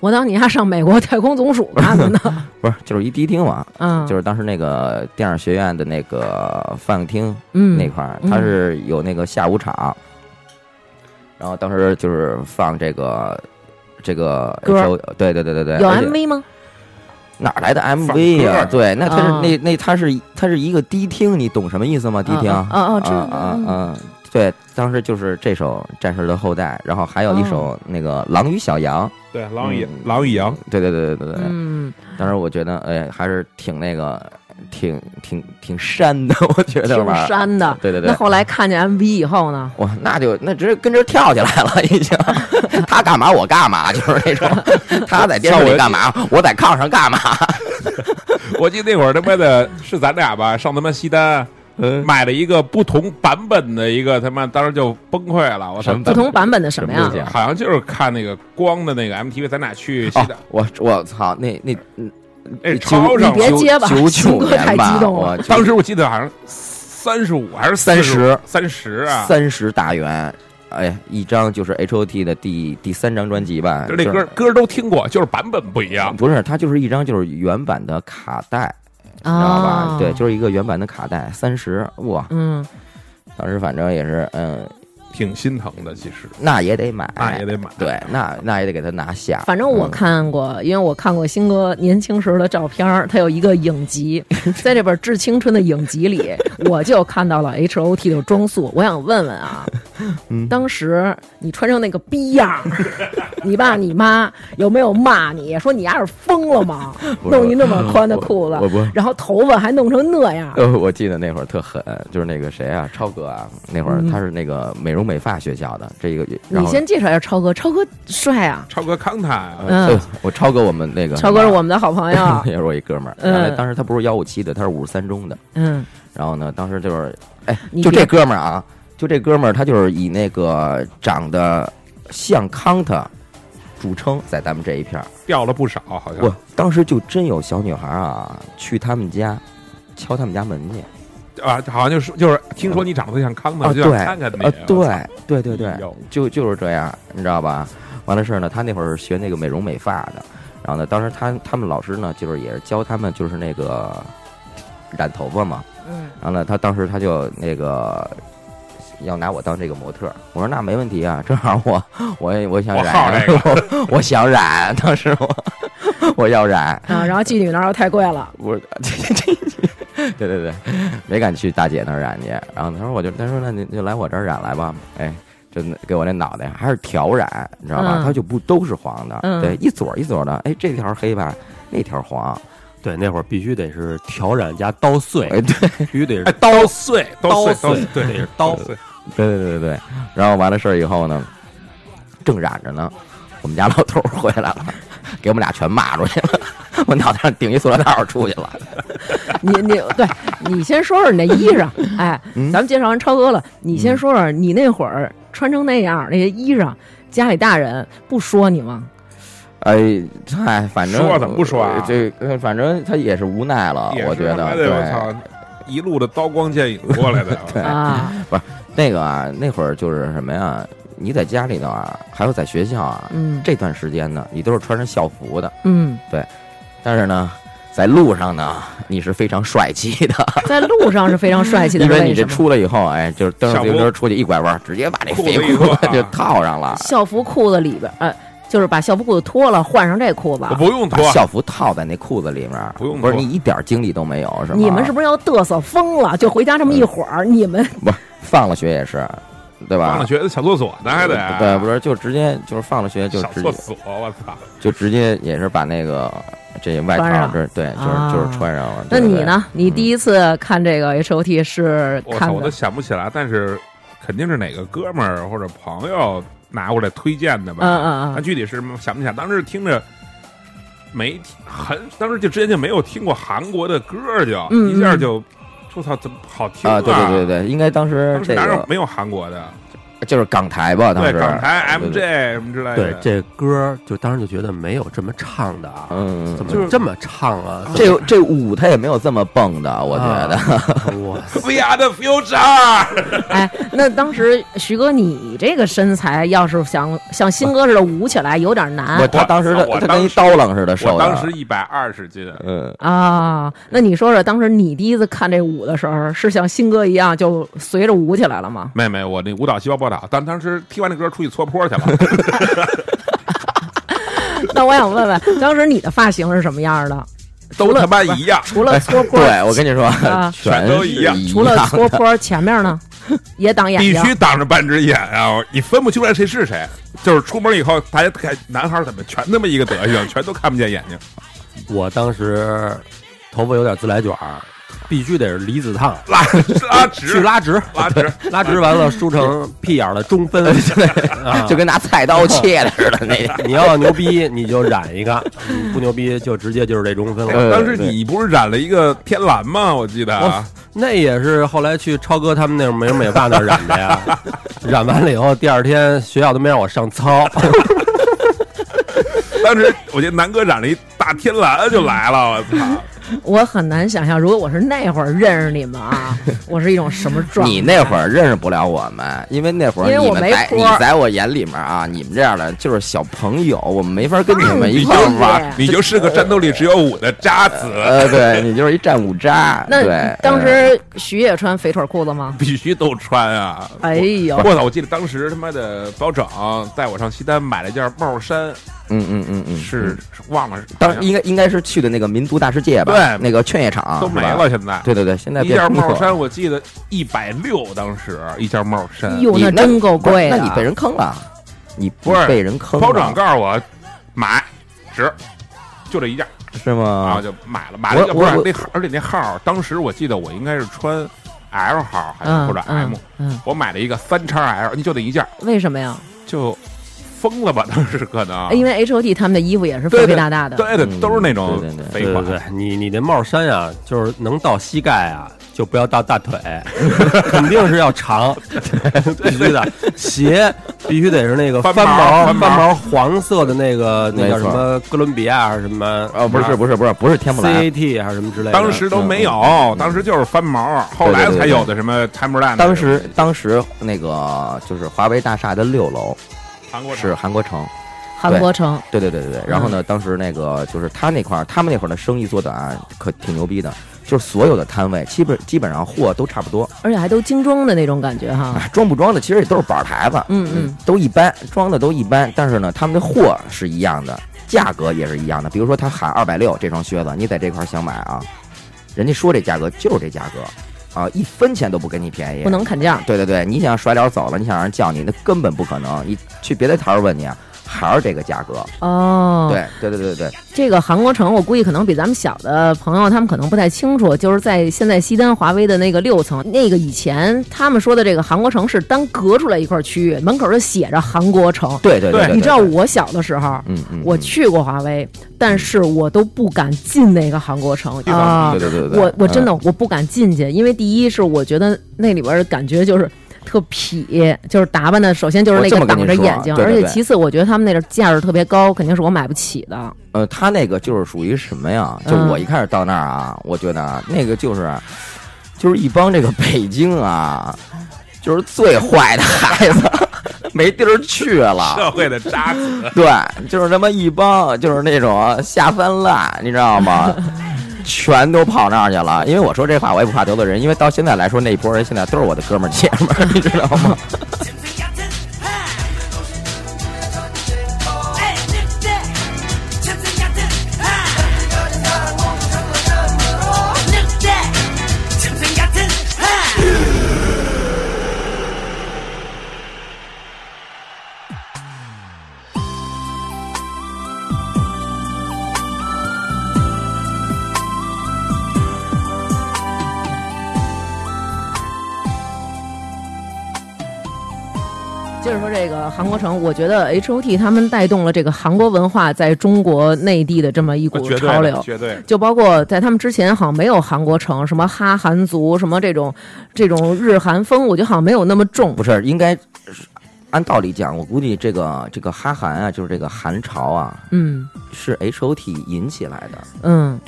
Speaker 1: 我当你还上美国太空总署看的 呢，
Speaker 2: 不是就是一迪厅嘛，
Speaker 1: 嗯，
Speaker 2: 就是是当时那个电影学院的那个放映厅
Speaker 1: 嗯
Speaker 2: 那块儿，
Speaker 1: 嗯
Speaker 2: 它是有那个下午场，然后当时就是放这个这个
Speaker 1: 歌
Speaker 2: H O，对对对对对，
Speaker 1: 有
Speaker 2: 而且
Speaker 1: MV 吗？
Speaker 2: 哪儿来的 MV 呀、
Speaker 3: 放歌
Speaker 2: 对，那它是、
Speaker 1: 啊
Speaker 2: 那那它是它是一个迪厅，你懂什么意思吗？迪厅，
Speaker 1: 啊啊啊啊知道
Speaker 2: 啊啊啊！对，当时就是这首《战士的后代》，然后还
Speaker 1: 哦
Speaker 2: 有一首那个《狼与小羊》。
Speaker 3: 对，狼与
Speaker 2: 嗯
Speaker 3: 狼与羊，
Speaker 2: 对对对对对对。
Speaker 1: 嗯，
Speaker 2: 当时我觉得，哎，还是挺那个，挺挺挺山的， 我觉得
Speaker 1: 挺
Speaker 2: 吧。
Speaker 1: 山的。
Speaker 2: 对对对
Speaker 1: 那。后来看见 MV 以后呢？
Speaker 2: 哇，那就那直接跟这儿跳起来了，已经。 他干嘛我干嘛，就是那种。他在电视里干嘛，我在炕上干嘛。
Speaker 3: 我记得那会儿他妈的是咱俩吧，上他妈西单。呃买了一个不同版本的一个，他妈当时就崩溃了。我操
Speaker 2: 什么，
Speaker 1: 不同版本的啊什
Speaker 2: 什
Speaker 1: 么
Speaker 2: 么
Speaker 1: 呀
Speaker 2: 意？思呀
Speaker 3: 好像就是看那个光的那个 MTV，咱俩去西
Speaker 2: 哦
Speaker 3: 单，，
Speaker 2: 我我操，那那
Speaker 3: 那是
Speaker 2: 九
Speaker 3: 超上
Speaker 1: 你别
Speaker 2: 九
Speaker 1: 结巴
Speaker 2: 九
Speaker 1: 鑫
Speaker 2: 九
Speaker 1: 哥太
Speaker 2: 年吧，
Speaker 1: 激动了
Speaker 2: 我
Speaker 3: 当时我记得好像三十五还是
Speaker 2: 30
Speaker 3: 三十啊，
Speaker 2: 三十大元，哎，一张就是 H O T 的第第三张专辑吧，
Speaker 3: 就那
Speaker 2: 就是
Speaker 3: 歌歌都听过，就是版本不一样。
Speaker 2: 不是，它就是一张就是原版的卡带，知道吧
Speaker 1: 啊，？
Speaker 2: 对，就是一个原版的卡带，三十哇！
Speaker 1: 嗯，
Speaker 2: 当时反正也是，嗯，
Speaker 3: 挺心疼的，其实
Speaker 2: 那也得买，
Speaker 3: 那也得买。
Speaker 2: 哎对，那那也得给他拿下。
Speaker 1: 反正我
Speaker 2: 嗯
Speaker 1: 看过，因为我看过新哥年轻时候的照片儿，他有一个影 集，在这本《致青春》的影集里，我就看到了 H O T 的装束。我想问问啊，
Speaker 2: 嗯
Speaker 1: 当时你穿成那个逼样儿， 你爸你妈有没有骂你说你丫是疯了 吗？
Speaker 2: 不是
Speaker 1: 弄一那么宽的裤
Speaker 2: 我我
Speaker 1: 子
Speaker 2: 不，
Speaker 1: 然后头发还弄成那样。
Speaker 2: 呃，我记得那会儿特狠，就是那个谁啊，超哥啊，那会儿
Speaker 1: 嗯
Speaker 2: 他是那个美容美发学校的，这一个，然
Speaker 1: 你
Speaker 2: 后
Speaker 1: 先介绍一下超哥，超哥帅 啊，
Speaker 3: 超哥康泰啊，
Speaker 1: 嗯
Speaker 2: 呃，我超哥我们那 个
Speaker 1: 超哥是我们的好朋友，
Speaker 2: 也是我一哥们儿，
Speaker 1: 嗯
Speaker 2: 然后当时他不是幺五七的，他是五十三中的，
Speaker 1: 嗯，
Speaker 2: 然后呢，当时就是，哎
Speaker 1: 你，
Speaker 2: 就
Speaker 1: 别
Speaker 2: 这哥们儿啊，就这哥们儿，他就是以那个长得像康他著称，在咱们这一片儿。
Speaker 3: 掉了不少，好像
Speaker 2: 我当时就真有小女孩啊，去他们家敲他们家门去
Speaker 3: 啊，好像就是就是听说你长得像康
Speaker 2: 啊，
Speaker 3: 泰，就
Speaker 2: 对，
Speaker 3: 想看看你。
Speaker 2: 啊，
Speaker 3: 我操，
Speaker 2: 对，对对对
Speaker 3: 哎呦，
Speaker 2: 就就是这样，你知道吧？完了事儿呢，他那会儿是学那个美容美发的，然后呢，当时他他们老师呢，就是也是教他们就是那个染头发嘛，
Speaker 1: 嗯，
Speaker 2: 然后呢，他当时他就那个要拿我当这个模特儿，我说那没问题啊，正好我 我也我想
Speaker 3: 我好
Speaker 2: 染，
Speaker 3: 这
Speaker 2: 我 我想染，当时我 我要染，
Speaker 1: 啊，然后妓女那儿又太贵了，
Speaker 2: 我说对对对，没敢去大姐那儿染去，然后他说我就他说那你就来我这儿染来吧，哎。就那给我那脑袋还是挑染，你知道吧？
Speaker 1: 嗯
Speaker 2: 它就不都是黄的，
Speaker 1: 嗯
Speaker 2: 对，一撮儿一撮儿的。哎，这条黑吧，那条黄，
Speaker 4: 对，那会儿必须得是挑染加刀碎，
Speaker 2: 哎，对，
Speaker 4: 必须得
Speaker 3: 哎
Speaker 4: 是，
Speaker 3: 刀碎，刀
Speaker 4: 刀碎
Speaker 3: 碎，对，
Speaker 4: 得是刀
Speaker 3: 碎。
Speaker 2: 对对对对对，然后完了事儿以后呢，正染着呢，我们家老头儿回来了，给我们俩全骂出去了，我脑袋上顶一塑料袋儿出去了。
Speaker 1: 你你对你先说说你那衣裳，哎，
Speaker 2: 嗯
Speaker 1: 咱们介绍完超哥了，你先说说你那会儿穿成那样儿那些衣裳，家里大人不说你吗？
Speaker 2: 哎，嗨，反正
Speaker 3: 说怎么不说啊
Speaker 2: 这呃反正他也是无奈了
Speaker 3: 哎也，是
Speaker 2: 我觉
Speaker 3: 他妈
Speaker 2: 得
Speaker 3: 的
Speaker 2: 对。
Speaker 3: 我操，一路的刀光剑影过来的。
Speaker 2: 对
Speaker 1: 啊，
Speaker 2: 那个啊，那会儿就是什么呀？你在家里头啊，还有在学校啊，
Speaker 1: 嗯
Speaker 2: 这段时间呢，你都是穿着校服的，
Speaker 1: 嗯，
Speaker 2: 但是呢，在路上呢，你是非常帅 气的。
Speaker 1: 在路上是非常帅气的，
Speaker 2: 因为你
Speaker 1: 为
Speaker 2: 这
Speaker 1: 什么？
Speaker 2: 出来 以后，哎，就是蹬着
Speaker 3: 小
Speaker 2: 自行车
Speaker 3: 裤
Speaker 2: 出去一拐弯，直接把这
Speaker 3: 裤
Speaker 2: 肥
Speaker 3: 子一
Speaker 2: 裤
Speaker 3: 脱
Speaker 2: 就套上了。
Speaker 1: 校服裤子里边，呃，就是把校服裤子脱了，换上这裤子
Speaker 2: 啊
Speaker 3: 我。不用
Speaker 2: 把
Speaker 3: 脱，
Speaker 2: 校服套在那裤子里面，
Speaker 3: 不用
Speaker 2: 不是
Speaker 3: 脱
Speaker 2: 你一点精力都没有是吗？
Speaker 1: 你们是不是要嘚瑟疯了？就回家这么一会儿，你们
Speaker 2: 不是放了学也是，对吧？
Speaker 3: 上学的小厕所呢，还得啊
Speaker 2: 对，不是就直接就是放了学就
Speaker 3: 小
Speaker 2: 直
Speaker 3: 厕
Speaker 2: 接
Speaker 3: 所，我操！
Speaker 2: 就直接也是把那个这外
Speaker 1: 穿
Speaker 2: 套
Speaker 1: 上
Speaker 2: 这对就是、
Speaker 1: 啊
Speaker 2: 就是穿上了。
Speaker 1: 那
Speaker 2: 对
Speaker 1: 你呢？？你
Speaker 2: 嗯
Speaker 1: 第一次看这个 H O T 是
Speaker 3: 我
Speaker 1: 看
Speaker 3: 操，我都
Speaker 1: 的
Speaker 3: 想不起来，但是肯定是哪个哥们儿或者朋友拿过来推荐的吧？
Speaker 1: 嗯嗯嗯
Speaker 3: 啊具体是什么想不起来，当时听着。没听很，当时就之前就没有听过韩国的歌儿，就、
Speaker 1: 嗯
Speaker 3: 一下就，我操，怎么好听
Speaker 2: 对啊，对对对对，应该当时
Speaker 3: 当时
Speaker 2: 这
Speaker 3: 哪有
Speaker 2: 个
Speaker 3: 没有韩国的？
Speaker 2: 就是港台吧，当
Speaker 3: 对，
Speaker 2: 时啊
Speaker 3: 港台
Speaker 2: 对哎
Speaker 3: MJ
Speaker 2: 对啊
Speaker 3: 什么之类
Speaker 4: 对
Speaker 3: 的。，
Speaker 4: 这歌儿就当时就觉得没有这么唱的啊，
Speaker 2: 嗯，
Speaker 4: 怎
Speaker 3: 就是
Speaker 4: 么这么啊唱啊？
Speaker 2: 这这舞他也没有这么蹦的，我觉得、
Speaker 1: 啊
Speaker 4: 得，哇塞
Speaker 3: We are the future，
Speaker 1: 哎，那当时徐哥，你这个身材要是想像新哥似的舞起来，有点
Speaker 2: 不，
Speaker 1: 难
Speaker 2: 他当时他
Speaker 3: 我
Speaker 2: 他
Speaker 3: 当
Speaker 2: 跟一
Speaker 3: 时
Speaker 2: 刀郎似的瘦
Speaker 3: 我
Speaker 2: 的，
Speaker 3: 当时一百二十斤，
Speaker 2: 嗯，
Speaker 1: 啊。那你说说，当时你第一次看这舞的时候，是像新哥一样就随着舞起来了 吗？
Speaker 3: 妹妹，我那舞蹈细胞不好，但当时听完那歌出去搓 坡去了，
Speaker 1: 那我想问问，当时你的发型是什么样的？
Speaker 3: 都他妈一样。
Speaker 1: 除了搓坡，
Speaker 2: 对我跟你说，
Speaker 1: 啊
Speaker 2: 全
Speaker 3: 全都
Speaker 2: 是
Speaker 3: 一样
Speaker 1: 除了啊搓坡，前面呢也挡眼
Speaker 3: 必
Speaker 1: 睛。
Speaker 3: 须挡着半只眼啊！你分不清来谁是谁，就是出门以后，大家看男孩儿怎么全他妈一个德行，全都看不见眼睛，
Speaker 4: 我当时头发有点自来卷儿，必须得是离子烫，
Speaker 3: 拉拉直
Speaker 4: 去拉直，
Speaker 3: 拉直，
Speaker 4: 拉直完了梳成屁眼儿的中
Speaker 2: 哎
Speaker 4: 分。啊
Speaker 2: 就跟拿菜刀切的似的那。
Speaker 4: 你要牛逼你就染一个，你不牛逼就直接就是这中分了。
Speaker 2: 对
Speaker 3: 当时
Speaker 2: 对
Speaker 3: 你不是染了一个天蓝吗？我记得啊
Speaker 4: 我那也是后来去超哥他们那儿美容美发那儿染的呀，染完了以后第二天学校都没让我上操，
Speaker 3: 当时我觉得南哥染了一大天蓝就来了，我
Speaker 2: 嗯
Speaker 3: 操！
Speaker 1: 我很难想象，如果我是那会儿认识你们啊，我是一种什么状态？
Speaker 2: 你那会儿认识不了我们，因为那会
Speaker 1: 因
Speaker 2: 儿
Speaker 1: 为
Speaker 2: 你
Speaker 1: 我
Speaker 2: 们
Speaker 1: 没
Speaker 2: 在
Speaker 1: 坡
Speaker 2: 你在我眼里面啊，你们这样的就是小朋友，我们没法跟你们一块
Speaker 1: 放
Speaker 2: 儿
Speaker 1: 屁
Speaker 2: 玩。
Speaker 3: 嗯你就是个战斗力只有五的渣子，
Speaker 2: 呃，对你就是一战五渣。
Speaker 1: 那
Speaker 2: 对
Speaker 1: 当
Speaker 2: 嗯
Speaker 1: 时徐也穿肥腿裤子吗？
Speaker 3: 必须都穿啊！
Speaker 1: 哎呦，
Speaker 3: 我操！我记得当时他妈的包拯带我上西单买了件帽衫，
Speaker 2: 嗯嗯嗯嗯，
Speaker 3: 是是忘了，
Speaker 2: 当时应该应该是去的那个民族大世界吧？
Speaker 3: 对
Speaker 2: 那个劝业场
Speaker 3: 都没
Speaker 2: 啊是吧
Speaker 3: 了。现在
Speaker 2: 对对对，现在
Speaker 3: 一
Speaker 2: 变
Speaker 3: 件
Speaker 2: 成
Speaker 3: 帽
Speaker 2: 了
Speaker 3: 衫，我记得一百六，当时一件帽衫。
Speaker 1: 哟，
Speaker 2: 你
Speaker 1: 那真够
Speaker 2: 不是
Speaker 1: 贵的。
Speaker 2: 那你被人坑了，你
Speaker 3: 不是
Speaker 2: 被人坑了？
Speaker 3: 包拯告诉我买值，就这一件，
Speaker 2: 是
Speaker 3: 然后
Speaker 2: 吗？
Speaker 3: 就买了，买了一个不
Speaker 2: 啊我
Speaker 3: 是
Speaker 2: 我
Speaker 3: 那号，而且那号当时我记得我应该是穿 L 号还是
Speaker 1: 嗯
Speaker 3: 或者 M，
Speaker 1: 嗯嗯，
Speaker 3: 我买了一个三叉 L，你就那一件
Speaker 1: 为什么呀？
Speaker 3: 就疯了吧？ 当时可
Speaker 2: 啊
Speaker 3: 能
Speaker 1: 因为 H O T 他们的衣服也是
Speaker 3: 对
Speaker 1: 哎肥肥
Speaker 3: 对
Speaker 1: 大大的，
Speaker 3: 对的
Speaker 2: 嗯
Speaker 3: 都是那种
Speaker 2: 对对对
Speaker 3: 肥
Speaker 4: 对对
Speaker 3: 款，
Speaker 4: 对，你你那帽衫啊，就是能到膝盖啊，就不要到大腿，肯定是要长，必须的。鞋必须得是那个
Speaker 3: 翻
Speaker 4: 翻
Speaker 3: 毛
Speaker 4: 毛
Speaker 3: 翻
Speaker 4: 翻
Speaker 3: 毛
Speaker 4: 毛黄色的那个那叫
Speaker 2: 没
Speaker 4: 什
Speaker 2: 错
Speaker 4: 么哥伦比亚还是什
Speaker 3: 啊
Speaker 4: 么
Speaker 2: 哦，不是不是不是不是天不蓝，
Speaker 4: CAT 还是什么之类的。
Speaker 3: 当时都没有，
Speaker 2: 嗯
Speaker 3: 当时就是翻毛，后来才有的什么 Timberland 的
Speaker 2: 当时当时那个就是华为大厦的六楼
Speaker 3: 韩国
Speaker 2: 是韩国城，
Speaker 1: 韩国城
Speaker 2: 对对对对对。然
Speaker 3: 嗯
Speaker 2: 后呢，当时那个就是他那块儿，他们那会儿的生意做的啊，可挺牛逼的，就是所有的摊位基本基本上货都差不多，
Speaker 1: 而且还都精装的那种感觉哈。
Speaker 2: 啊，装不装的其实也都是板儿牌子，
Speaker 1: 嗯嗯，
Speaker 2: 都一般，装的都一般。但是呢，他们的货是一样的，价格也是一样的。比如说他喊二百六这双靴子，你在这块儿想买啊，人家说这价格就是这价格，啊，一分钱都不给你便宜，
Speaker 1: 不能砍价。
Speaker 2: 对对对，你想甩脸走了，你想让人叫你，那根本不可能。你去别的摊儿问你，啊，还是这个价格。
Speaker 1: 哦，
Speaker 2: 对对对对对，
Speaker 1: 这个韩国城，我估计可能比咱们小的朋友他们可能不太清楚，就是在现在西单华威的那个六层，那个以前他们说的这个韩国城是单隔出来一块区域，门口就写着韩国城。
Speaker 2: 对对
Speaker 3: 对
Speaker 2: 对，
Speaker 1: 你知道，我小的时候，
Speaker 2: 嗯嗯，
Speaker 1: 我
Speaker 2: 嗯，
Speaker 1: 去过华威，但是我都不敢进那个韩国城
Speaker 3: 地方
Speaker 1: 啊
Speaker 2: 对。对对对对，
Speaker 1: 我我真的
Speaker 2: 嗯
Speaker 1: 我不敢进去，因为第一是我觉得那里边儿感觉就是特痞，就是打扮的，首先就是那
Speaker 2: 我
Speaker 1: 个
Speaker 2: 这么跟
Speaker 1: 挡
Speaker 2: 你
Speaker 1: 着
Speaker 2: 说啊
Speaker 1: 眼睛，
Speaker 2: 对对
Speaker 1: 而且
Speaker 2: 对
Speaker 1: 其次我觉得他们那个价儿特别高，肯定是我买不起的。
Speaker 2: 呃，他那个就是属于什么呀？就
Speaker 1: 嗯
Speaker 2: 我一开始到那儿啊，我觉得啊，那个就是就是一帮这个北京啊，就是最坏的孩子，没地儿去了。
Speaker 3: 社会的 渣子，
Speaker 2: 对，就是他妈一帮就是那种下三滥，你知道吗？ 全都跑那儿去了，因为我说这话我也不怕得罪人，因为到现在来说那一波人现在都是我的哥们儿姐们儿，你知道吗？
Speaker 5: 젠장 같은 하. 에이,
Speaker 1: 接着说这个韩国城，我觉得 H O T 他们带动了这个韩国文化在中国内地的这么一股
Speaker 3: 绝对
Speaker 1: 潮流
Speaker 3: 了，，绝对了。
Speaker 1: 就包括在他们之前好像没有韩国城，什么哈韩族，什么这种这种日韩风，我觉得好像没有那么重
Speaker 2: 不。是，应该按道理讲，我估计这个这个哈韩啊，就是这个韩潮啊，
Speaker 1: 嗯
Speaker 2: 是 H O T 引起来的。
Speaker 1: 嗯，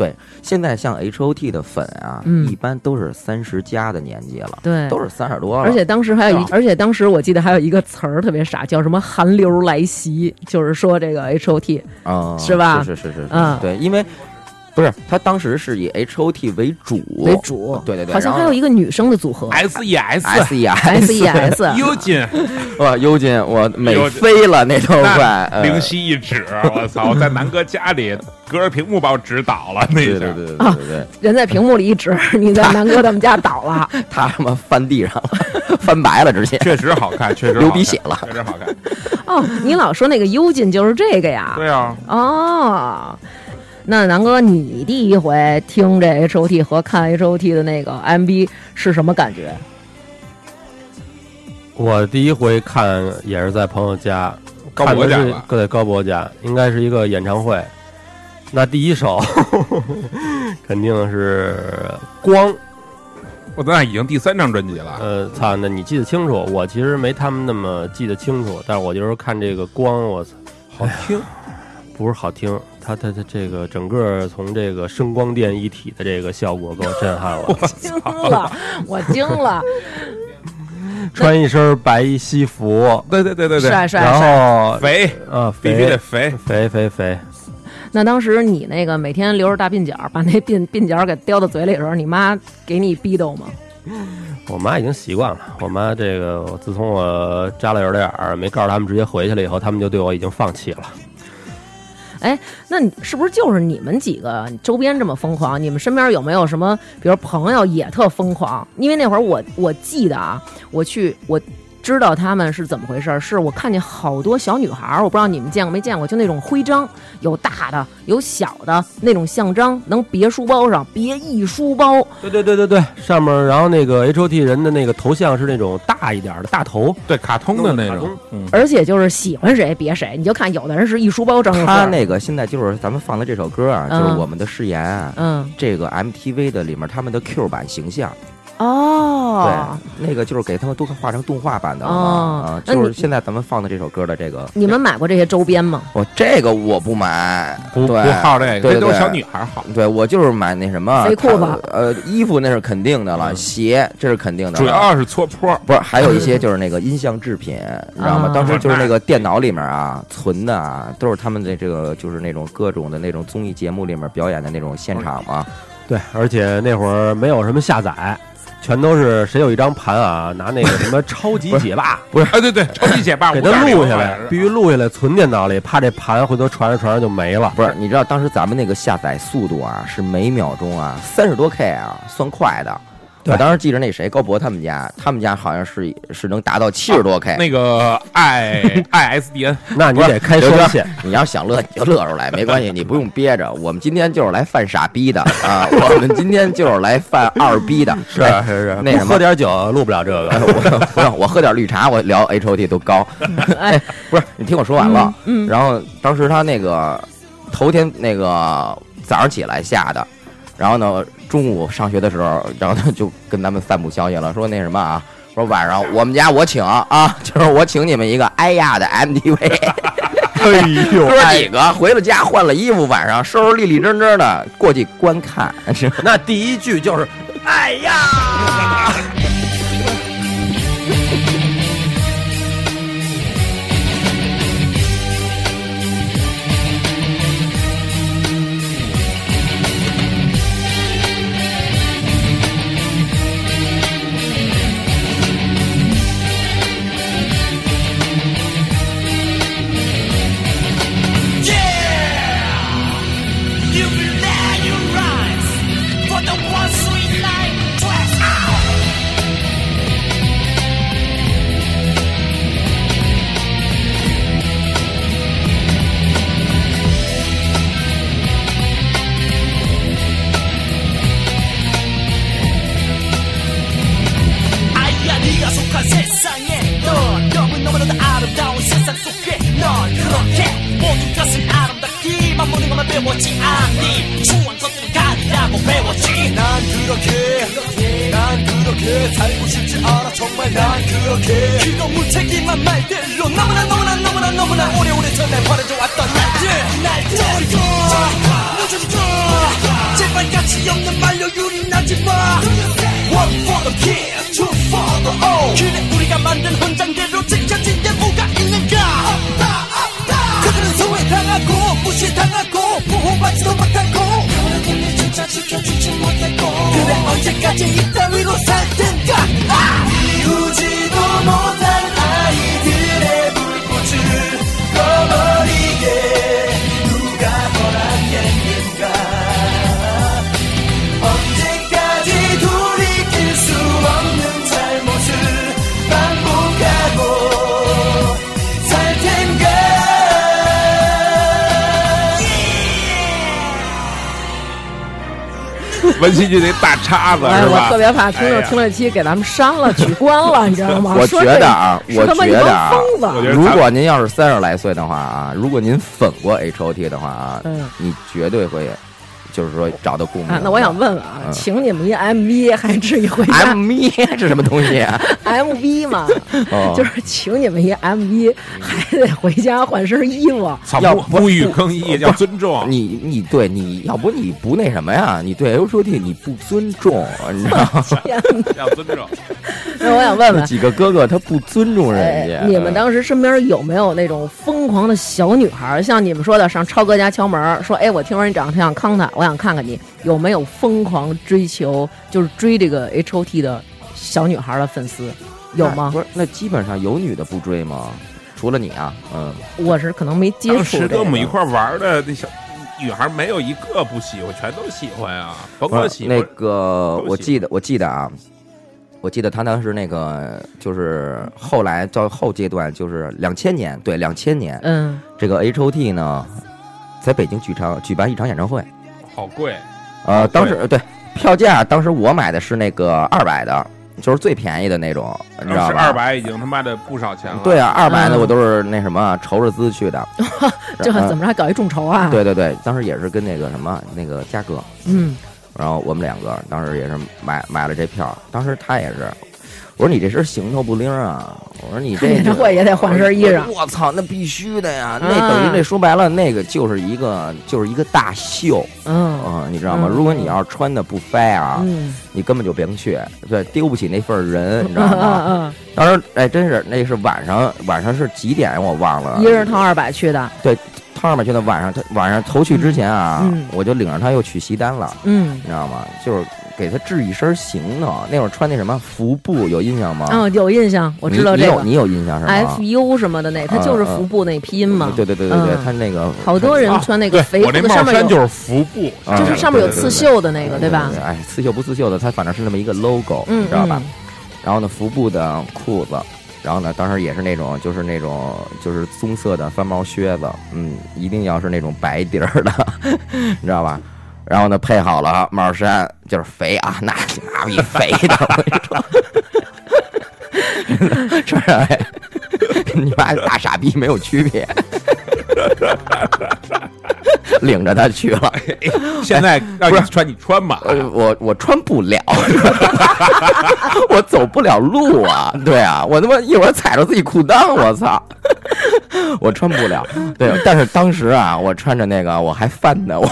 Speaker 2: 现在像 H O T 的粉啊，
Speaker 1: 嗯
Speaker 2: 一般都是三十加的年纪了，
Speaker 1: 对，
Speaker 2: 都是三十多了。
Speaker 1: 而且当时还有一
Speaker 2: 啊是，吧
Speaker 1: 而且当时我记得还有一个词儿特别傻，叫什么“韩流来袭”，就是说这个 H O T，
Speaker 2: 啊、
Speaker 1: 是吧
Speaker 2: 是是是是是，
Speaker 1: 嗯
Speaker 2: 对，因为不是他当时是以 H O T 为主
Speaker 1: 为主
Speaker 2: 对对对，
Speaker 1: 好像还有一个女生的组合
Speaker 3: S E S
Speaker 2: S E
Speaker 1: S E
Speaker 2: S，
Speaker 1: S。
Speaker 3: 幽禁，
Speaker 2: 哇，幽禁我美
Speaker 3: 幽禁
Speaker 2: 飞了那都快，
Speaker 3: 那
Speaker 2: 呃
Speaker 3: 灵犀一指，我操，在南哥家里隔着屏幕把我指倒了，那
Speaker 2: 对
Speaker 3: 一
Speaker 2: 对
Speaker 3: 下
Speaker 2: 对。对
Speaker 1: 啊
Speaker 2: 对对对，
Speaker 1: 人在屏幕里一指，你在南哥他们家倒了。
Speaker 2: 他他妈翻地上了， 翻白了 直接。
Speaker 3: 确实好看，确实好看
Speaker 2: 流鼻血了
Speaker 3: 确实好 看。
Speaker 1: 哦，你老说那个幽禁就是这个呀？
Speaker 3: 对啊，
Speaker 1: 哦，那南哥，你第一回听这 H O T 和看 H O T 的那个 M V 是什么感 觉？
Speaker 4: 我第一回看也是在朋友家，
Speaker 3: 高博家
Speaker 4: 看的是
Speaker 3: 吧，
Speaker 4: 对高博家，应该是一个演唱会。那第一首 肯定是光，
Speaker 3: 我咱俩已经第三张专辑了，
Speaker 4: 呃，操，那你记得清楚，我其实没他们那么记得清楚，但是我就是看这个光，我操，
Speaker 3: 好听。
Speaker 4: 不是好听，它它它这个整个从这个声光电一体的这个效果给我震 撼了，
Speaker 1: 惊了，我惊了，
Speaker 4: 穿一身白衣西服，
Speaker 3: 对对对对对，
Speaker 2: 啊
Speaker 1: 帅帅
Speaker 4: 然
Speaker 1: 帅！
Speaker 4: 后
Speaker 3: 肥
Speaker 4: 啊，
Speaker 3: 必须得
Speaker 4: 肥
Speaker 3: 肥，
Speaker 4: 肥肥肥，
Speaker 1: 那当时你那个每天留着大鬓角，把那鬓鬓角给叼到嘴里的时候，你妈给你逼斗吗？
Speaker 4: 我妈已经习惯了。我妈这个，我自从我扎了有点儿，没告诉他们直接回去了以后，他们就对我已经放弃了。
Speaker 1: 那你是不是就是你们几个周边这么疯狂？你们身边有没有什么，比如朋友也特疯狂？因为那会儿我我记得啊，我去我知道他们是怎么回事儿，是我看见好多小女孩儿，我不知道你们见过没见过，就那种徽章，有大的有小的那种像章，能别书包上，别一书包。
Speaker 4: 对对对对对，上面然后那个 H O T 人的那个头像是那种大一点儿的大头，
Speaker 3: 对，卡通的那
Speaker 4: 卡
Speaker 3: 种
Speaker 4: 通，
Speaker 3: 嗯，
Speaker 1: 而且就是喜欢谁别谁，你就看有的人嗯是一书包张一
Speaker 2: 他
Speaker 1: 盒
Speaker 2: 那个现在就是咱们放的这首歌啊，就
Speaker 1: 嗯
Speaker 2: 是我们的誓言啊，
Speaker 1: 嗯
Speaker 2: 这个 MTV 的里面他们的 Q 版形象，对
Speaker 1: 哦，，
Speaker 2: 那个就是给他们都画成动画版的了
Speaker 1: 哦
Speaker 2: 嘛啊，
Speaker 1: 那
Speaker 2: 就是
Speaker 1: 你
Speaker 2: 现在咱们放的这首歌的这个，
Speaker 1: 你们买过这些周边吗？
Speaker 2: 我这个我不买，
Speaker 3: 不不
Speaker 2: 对
Speaker 3: 好这个，
Speaker 2: 对
Speaker 3: 这都是
Speaker 2: 对
Speaker 3: 小女孩好。
Speaker 2: 对我就是买那什么
Speaker 1: 肥裤子
Speaker 2: 呃，衣服那是肯定的了，鞋这是肯定的了，
Speaker 3: 主要是搓坡，
Speaker 2: 不是，还有一些就是那个音像制品，你知道吗
Speaker 1: 啊？
Speaker 2: 当时就是那个电脑里面啊存的啊，都是他们的这个就是那种各种的那种综艺节目里面表演的那种现场嘛。
Speaker 4: 对，而且那会儿没有什么下载，全都是谁有一张盘啊，拿那个什么 超级解霸
Speaker 3: 不是，哎，对对，超级解霸，
Speaker 4: 给
Speaker 3: 五
Speaker 4: 它
Speaker 3: 点零
Speaker 4: 录下来
Speaker 3: 好像，
Speaker 4: 必
Speaker 3: 是
Speaker 4: 须录下来存电脑里，怕这盘回头传着传着就没了。
Speaker 2: 不是，你知道当时咱们那个下载速度啊，是每秒钟啊三十多 K 啊，算快的。
Speaker 4: 对
Speaker 2: 我当时记着那谁高博他们家，他们家好像是是能达到七十多 K。
Speaker 3: 那个 I I S D N，
Speaker 4: 啊那你得开
Speaker 2: 刘
Speaker 4: 双
Speaker 2: 哥
Speaker 4: 线，
Speaker 2: 你要想乐你就乐出来，没关系，你不用憋着。我们今天就是来犯傻逼的啊，我们今天就是来犯二逼的。
Speaker 4: 是
Speaker 2: 哎
Speaker 4: 是是，啊
Speaker 2: 那
Speaker 4: 不
Speaker 2: 什么
Speaker 4: 喝点酒录不了这个。
Speaker 2: 哎 我不是我喝点绿茶，我聊 H O T 都高。哎，不是你听我说完了。
Speaker 1: 嗯
Speaker 2: 然后当时他那个头天那个早上起来下的，然后呢中午上学的时候，然后他就跟咱们散布消息了，说那什么啊，说晚上我们家我请啊， 就是我请你们一个哎呀的 M T V。
Speaker 4: 哎呦
Speaker 2: 哥几个回了家换了衣服，晚上收拾立立正正的过去观看， 是吧
Speaker 4: 那第一句就是
Speaker 2: 哎呀！
Speaker 5: You will lay your eyes for the one sweet night dress out. 언제까지 이따위로 살 텐가 아! 이루지도 못한 아이들의 불꽃을 꺼버리게 누가 허락했는가 언제까지 돌이킬 수 없는 잘못을 반복하고 살 텐가
Speaker 3: 文心就得大叉子
Speaker 1: 哎，
Speaker 3: 是
Speaker 1: 我
Speaker 3: 吧？
Speaker 1: 特别怕听
Speaker 3: 哎
Speaker 1: 着
Speaker 3: 呀
Speaker 1: 听着期给咱们删了，取关了，你知道 吗？
Speaker 2: 我
Speaker 1: 说
Speaker 2: 觉
Speaker 1: 这
Speaker 2: 得啊，
Speaker 1: 是
Speaker 2: 我
Speaker 1: 他妈一
Speaker 2: 觉得啊
Speaker 1: 帮疯
Speaker 3: 我
Speaker 1: 子。
Speaker 3: 觉得
Speaker 2: 如
Speaker 3: 咱
Speaker 2: 果您要是三十来岁的话啊，如果您粉过 H O T 的话啊，
Speaker 1: 嗯
Speaker 2: 你绝对会，就是说找到共鸣的。
Speaker 1: 啊，那我想问问啊，
Speaker 2: 嗯
Speaker 1: 请你们一 MV 还至于回 家
Speaker 2: M V 是什么东西啊？
Speaker 1: MV 嘛？
Speaker 2: 哦
Speaker 1: 就是请你们一 MV 还得回家换身衣服。
Speaker 3: 操
Speaker 2: 要
Speaker 3: 不不予更衣，要尊重。
Speaker 2: 你你对你要不你不那什么呀？你对 H O T 你不尊重，你知道吗？
Speaker 1: 天哪！
Speaker 3: 要尊重，
Speaker 1: 那我想 问
Speaker 2: 那
Speaker 1: 问。
Speaker 2: 几个哥哥他不尊重人家。呃
Speaker 1: 哎，你们当时身边有没有那种疯狂的小女孩儿？像你们说的，上超哥家敲门儿，说：“哎，我听说你长得像康塔，我想看看你有没有疯狂追求，就是追这个 H O T 的小女孩儿的粉丝，有吗
Speaker 2: 哎那不？是，那基本上有女的不追吗？除了你啊，嗯，
Speaker 1: 我是可能没接
Speaker 3: 当
Speaker 1: 触
Speaker 3: 时
Speaker 1: 这
Speaker 3: 跟我们一
Speaker 1: 个。
Speaker 3: 块玩的那小女孩没有一个不喜欢，全都喜欢啊，甭
Speaker 2: 不
Speaker 3: 管
Speaker 2: 是
Speaker 3: 喜
Speaker 2: 呃那
Speaker 3: 欢。
Speaker 2: 个
Speaker 3: 都，
Speaker 2: 我
Speaker 3: 喜
Speaker 2: 记得，我记得啊，我记得他当时那个就是后来到后阶段，就是两千年，对，两千年，
Speaker 1: 嗯，
Speaker 2: 这个 H O T 呢，在北京举场举办一场演唱会，
Speaker 3: 好贵，
Speaker 2: 呃，
Speaker 3: 哦对
Speaker 2: 当时对票价，当时我买的是那个二百的，就是最便宜的那种，你知
Speaker 3: 当
Speaker 2: 道
Speaker 3: 时
Speaker 2: 吧？
Speaker 3: 哦二。百已经他妈的不少钱了。
Speaker 2: 对啊，二百的
Speaker 1: 嗯
Speaker 2: 我都是那什么筹着资去的，
Speaker 1: 这
Speaker 2: 嗯
Speaker 1: 怎么着还搞一众筹啊？，
Speaker 2: 对对对，当时也是跟那个什么那个嘉哥，
Speaker 1: 嗯，
Speaker 2: 然后我们两个当时也是买买了这票，当时他也是，我说你这身行头不灵啊，我说 你这
Speaker 1: 演唱会也得换身衣裳
Speaker 2: 我操，那必须的呀，
Speaker 1: 嗯
Speaker 2: 那等于那说白了，那个就是一个就是一个大秀
Speaker 1: 嗯
Speaker 2: 啊、你知道吗？
Speaker 1: 嗯
Speaker 2: 如果你要是穿的不掰啊，
Speaker 1: 嗯，
Speaker 2: 你根本就别去，对，丢不起那份儿 人，你知道吗？
Speaker 1: 嗯
Speaker 2: 当时哎，真是那是晚上晚上是几点我忘了，
Speaker 1: 嗯，一人掏二百去的，
Speaker 2: 汤上面去的晚上，他晚上头去之前啊，
Speaker 1: 嗯嗯
Speaker 2: 我就领着他又去西单了，
Speaker 1: 嗯
Speaker 2: 你，知道吗？就是给他制一身行头，那会儿穿那什么服布，有印象吗？
Speaker 1: 嗯，有印象，我
Speaker 2: 你
Speaker 1: 知道
Speaker 2: 啊你
Speaker 1: 这
Speaker 2: 有
Speaker 1: 个
Speaker 2: 你有印象是吗？嗯
Speaker 1: F U 什么的那，它就是服部那拼音嘛，
Speaker 2: 对对对对对，
Speaker 1: 嗯
Speaker 2: 他那个
Speaker 1: 好多人穿那个
Speaker 3: 对
Speaker 1: 肥
Speaker 3: 我那
Speaker 1: 裤子
Speaker 3: 帽
Speaker 1: 上面
Speaker 3: 衫
Speaker 1: 有
Speaker 3: 就是服部，
Speaker 2: 啊
Speaker 1: 就是上面有
Speaker 2: 对对
Speaker 1: 刺
Speaker 2: 对
Speaker 1: 绣的那个，
Speaker 2: 对
Speaker 1: 吧？
Speaker 2: 哎，刺绣不刺绣的，他反正是那么一个 logo，
Speaker 1: 嗯，
Speaker 2: 你知道吧
Speaker 1: 嗯？？
Speaker 2: 然后呢，服部的裤子。然后呢，当时也是那种，就是那种，就是棕色的翻毛靴子，嗯，一定要是那种白底儿的， 你知道吧？然后呢，配好了帽衫，就是肥啊，那那比肥的，我跟你 说，是不是？哎 你妈大傻逼没有区别， 领着他去了，
Speaker 3: 哎现在让你穿你穿吧，
Speaker 1: 哎
Speaker 2: 呃，我我穿不了， 我走不了路啊！对啊，我他妈一会儿踩着自己裤裆，我操！ 我穿不了，对，但是当时啊，我穿着那个我还翻呢，我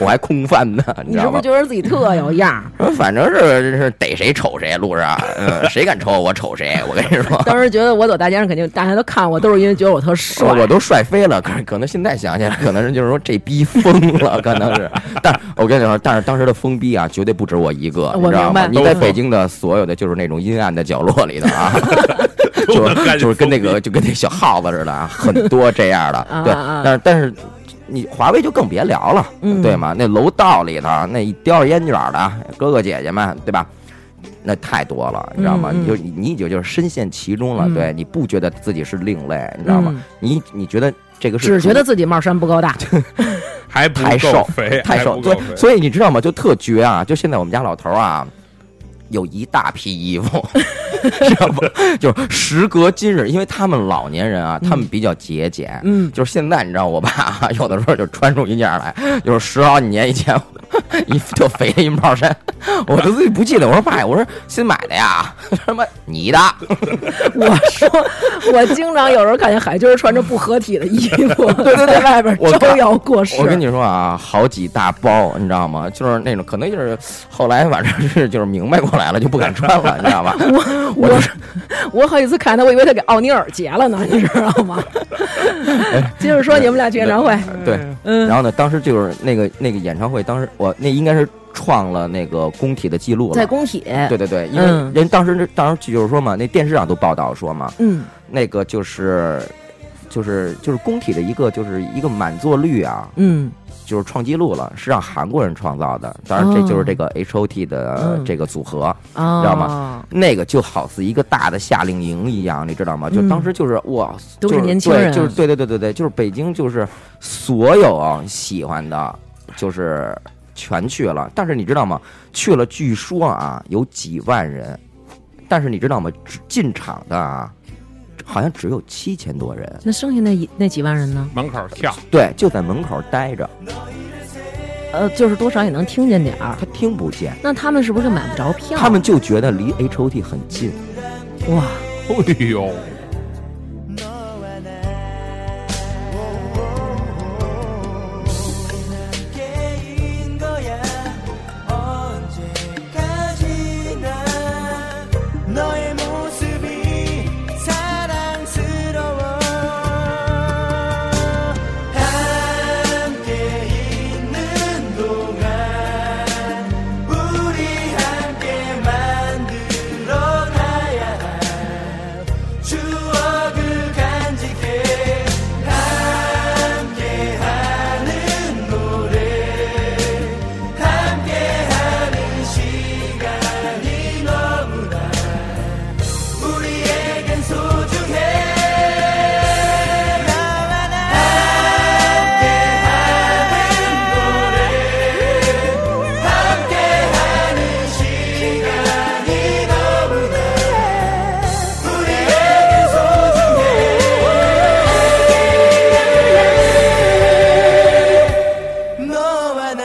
Speaker 2: 我还空翻呢，你
Speaker 1: 你
Speaker 2: 知
Speaker 1: 是
Speaker 2: 道
Speaker 1: 不
Speaker 2: 吗
Speaker 1: 是？觉得自己特有样儿？
Speaker 2: 反正是是逮谁瞅谁，路上，呃，谁敢瞅我，我瞅谁。我跟你说，
Speaker 1: 当时觉得我走大街上肯定大家都看我，都是因为觉得我特帅。
Speaker 2: 呃我都帅飞了，可是可能现在想起来，可能是就是说这逼疯了，可能是。但是我跟你说，但是当时的疯逼啊，绝对不止我一个，
Speaker 1: 我
Speaker 2: 你知道
Speaker 1: 明
Speaker 2: 吗？
Speaker 1: 白
Speaker 2: 你在北京的所有的就是那种阴暗的角落里头 啊，就
Speaker 3: 都能干
Speaker 2: 就是跟那
Speaker 3: 服
Speaker 2: 个就跟那小耗子似的啊，很多这样的
Speaker 1: 啊。
Speaker 2: 对
Speaker 1: 啊啊，
Speaker 2: 但是但是。你华为就更别聊了，
Speaker 1: 嗯
Speaker 2: 对吗？那楼道里头那一叼着烟卷的哥哥姐姐们，对吧？那太多了，你知道吗？
Speaker 1: 嗯嗯
Speaker 2: 你就你你已经就是深陷其中了，
Speaker 1: 嗯
Speaker 2: 对，你不觉得自己是另类，你知道吗？
Speaker 1: 嗯
Speaker 2: 你你觉得这个是
Speaker 1: 只
Speaker 2: 主
Speaker 1: 觉得自己帽衫不够大，
Speaker 3: 还不
Speaker 2: 太
Speaker 3: 够
Speaker 2: 瘦
Speaker 3: 肥，
Speaker 2: 太
Speaker 3: 还
Speaker 2: 瘦，
Speaker 3: 不
Speaker 2: 所
Speaker 3: 够
Speaker 2: 以
Speaker 3: 肥
Speaker 2: 所以你知道吗？就特绝啊！就现在我们家老头儿啊，有一大批 衣服，知道不？就是时隔今日，因为他们老年人啊，他们比较节俭。
Speaker 1: 嗯，
Speaker 2: 就是现在，你知道我爸 啊有的时候就穿出一件来，就是十好几年以前， 一特肥的一帽衫，我都自己不记得。我说爸，我说新买的呀，他妈你的，
Speaker 1: 我说我经常有时候看见海军穿着不合体的衣服，对
Speaker 2: 对对
Speaker 1: 在外边
Speaker 2: 我
Speaker 1: 招摇过市。
Speaker 2: 我跟你说啊，好几大包，你知道吗？就是那种，可能就是后来反正是就是明白过来了，就不敢穿了，你 知道吧？我我就是
Speaker 1: 我好几次看他，我以为他给奥尼尔结了呢，你知道吗？
Speaker 2: 哎
Speaker 1: 接着说你们俩去演唱会，嗯
Speaker 2: 对，然后呢，当时就是那个那个演唱会，当时我那应该是创了那个工体的记录了。
Speaker 1: 在工体，
Speaker 2: 对对对，因为
Speaker 1: 嗯
Speaker 2: 人当时当时就是说嘛，那电视上都报道说嘛，
Speaker 1: 嗯，
Speaker 2: 那个就是就是就是工体的一个就是一个满座率啊，
Speaker 1: 嗯
Speaker 2: 就是创纪录了，是让韩国人创造的。当然，这就是这个 H O T 的
Speaker 1: 哦嗯
Speaker 2: 这个组合。
Speaker 1: 啊，
Speaker 2: 知道那个就好似一个大的夏令营一样，你知道吗？就
Speaker 1: 嗯
Speaker 2: 当时就是哇，
Speaker 1: 都是
Speaker 2: 就
Speaker 1: 年轻人啊
Speaker 2: 对就是对对对对对，就是北京就是所有啊喜欢的，就是全去了。但是你知道吗？去了，据说啊有几万人，但是你知道吗？只进场的啊，好像只有七千多人，
Speaker 1: 那剩下那一那几万人呢？
Speaker 3: 门口跳，
Speaker 2: 对，就在门口待着，
Speaker 1: 呃，就是多少也能听见点儿。
Speaker 2: 他听不见，
Speaker 1: 那他们是不是就买不着票？
Speaker 2: 他们就觉得离 H O T 很近。
Speaker 1: 哇，
Speaker 3: 哎呦，
Speaker 5: 개인 거야 언제까지나 너의 모습이 사랑스러워 함께 있는 동안 우리 함께 만들어 가야 할 추억을 간직해 함께 하는 노래 함께 하는 시간이 너무나 우리에겐 소중해 나와 나 함께 하는 노래 함께 하는 시간이 너무나 우리에겐 소중해 너와 나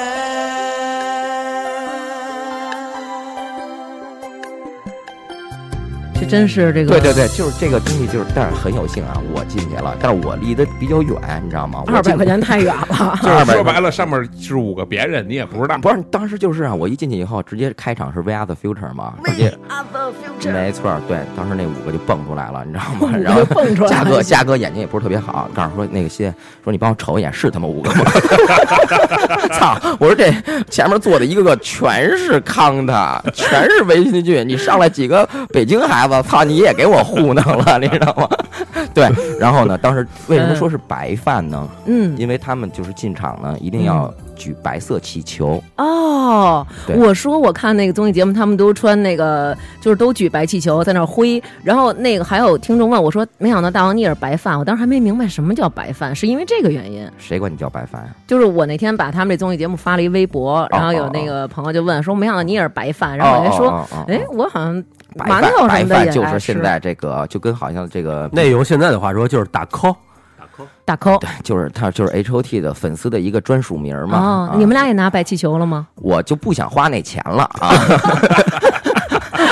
Speaker 1: 这真是这个
Speaker 2: 对对对，就是这个东西，就是但是很有幸啊，我进去了，但是我离得比较远，你知道吗？我
Speaker 1: 二百
Speaker 2: 进
Speaker 1: 块钱太远 了。
Speaker 3: 就是
Speaker 2: 200
Speaker 3: 说白了，上面是五个别人，你也不知道。
Speaker 2: 不是，当时就是啊，我一进去以后，直接开场是 We Are the Future 嘛，直接
Speaker 1: are the future
Speaker 2: 没错儿，对，当时那五个就蹦出来了，你知道吗？
Speaker 1: 五个
Speaker 2: 然后
Speaker 1: 蹦出来
Speaker 2: 嘉
Speaker 1: 了
Speaker 2: 哥，嘉哥眼睛也不是特别好，告诉说那个谢，说你帮我瞅一眼，是他妈五个 吗？ 操！我说这前面坐的一个个全是康的，全是围巾剧，你上来几个北京孩子，操，你也给我糊弄了，你知道吗？ 对，然后呢，当时为什么说是白饭呢？
Speaker 1: 嗯，
Speaker 2: 因为他们就是进场呢，一定要举白色气球。
Speaker 1: 哦，
Speaker 2: 对
Speaker 1: 我说我看那个综艺节目，他们都穿那个，就是都举白气球在那儿挥。然后那个还有听众问我说，没想到大王你也是白饭，我当时还没明白什么叫白饭，是因为这个原因。
Speaker 2: 谁管你叫白饭呀、
Speaker 1: 就是我那天把他们这综艺节目发了一微博，然后有那个朋友就问说，没想到你也是白饭，然后我还说，
Speaker 2: 哦哦哦哦哦
Speaker 1: 哎，我好像
Speaker 2: 白
Speaker 1: 馒
Speaker 2: 饭
Speaker 1: 头什
Speaker 2: 白
Speaker 1: 么的
Speaker 2: 饭
Speaker 1: 也
Speaker 2: 就是
Speaker 1: 爱
Speaker 2: 现
Speaker 1: 吃
Speaker 2: 在这个，就跟好像这个
Speaker 4: 那用现在的话说就是打 call，
Speaker 1: 打 call
Speaker 2: 就是他就是 H O T 的粉丝的一个专属名儿嘛。
Speaker 1: 哦
Speaker 2: 啊，
Speaker 1: 你们俩也拿白气球了吗？
Speaker 2: 我就不想花那钱了 啊！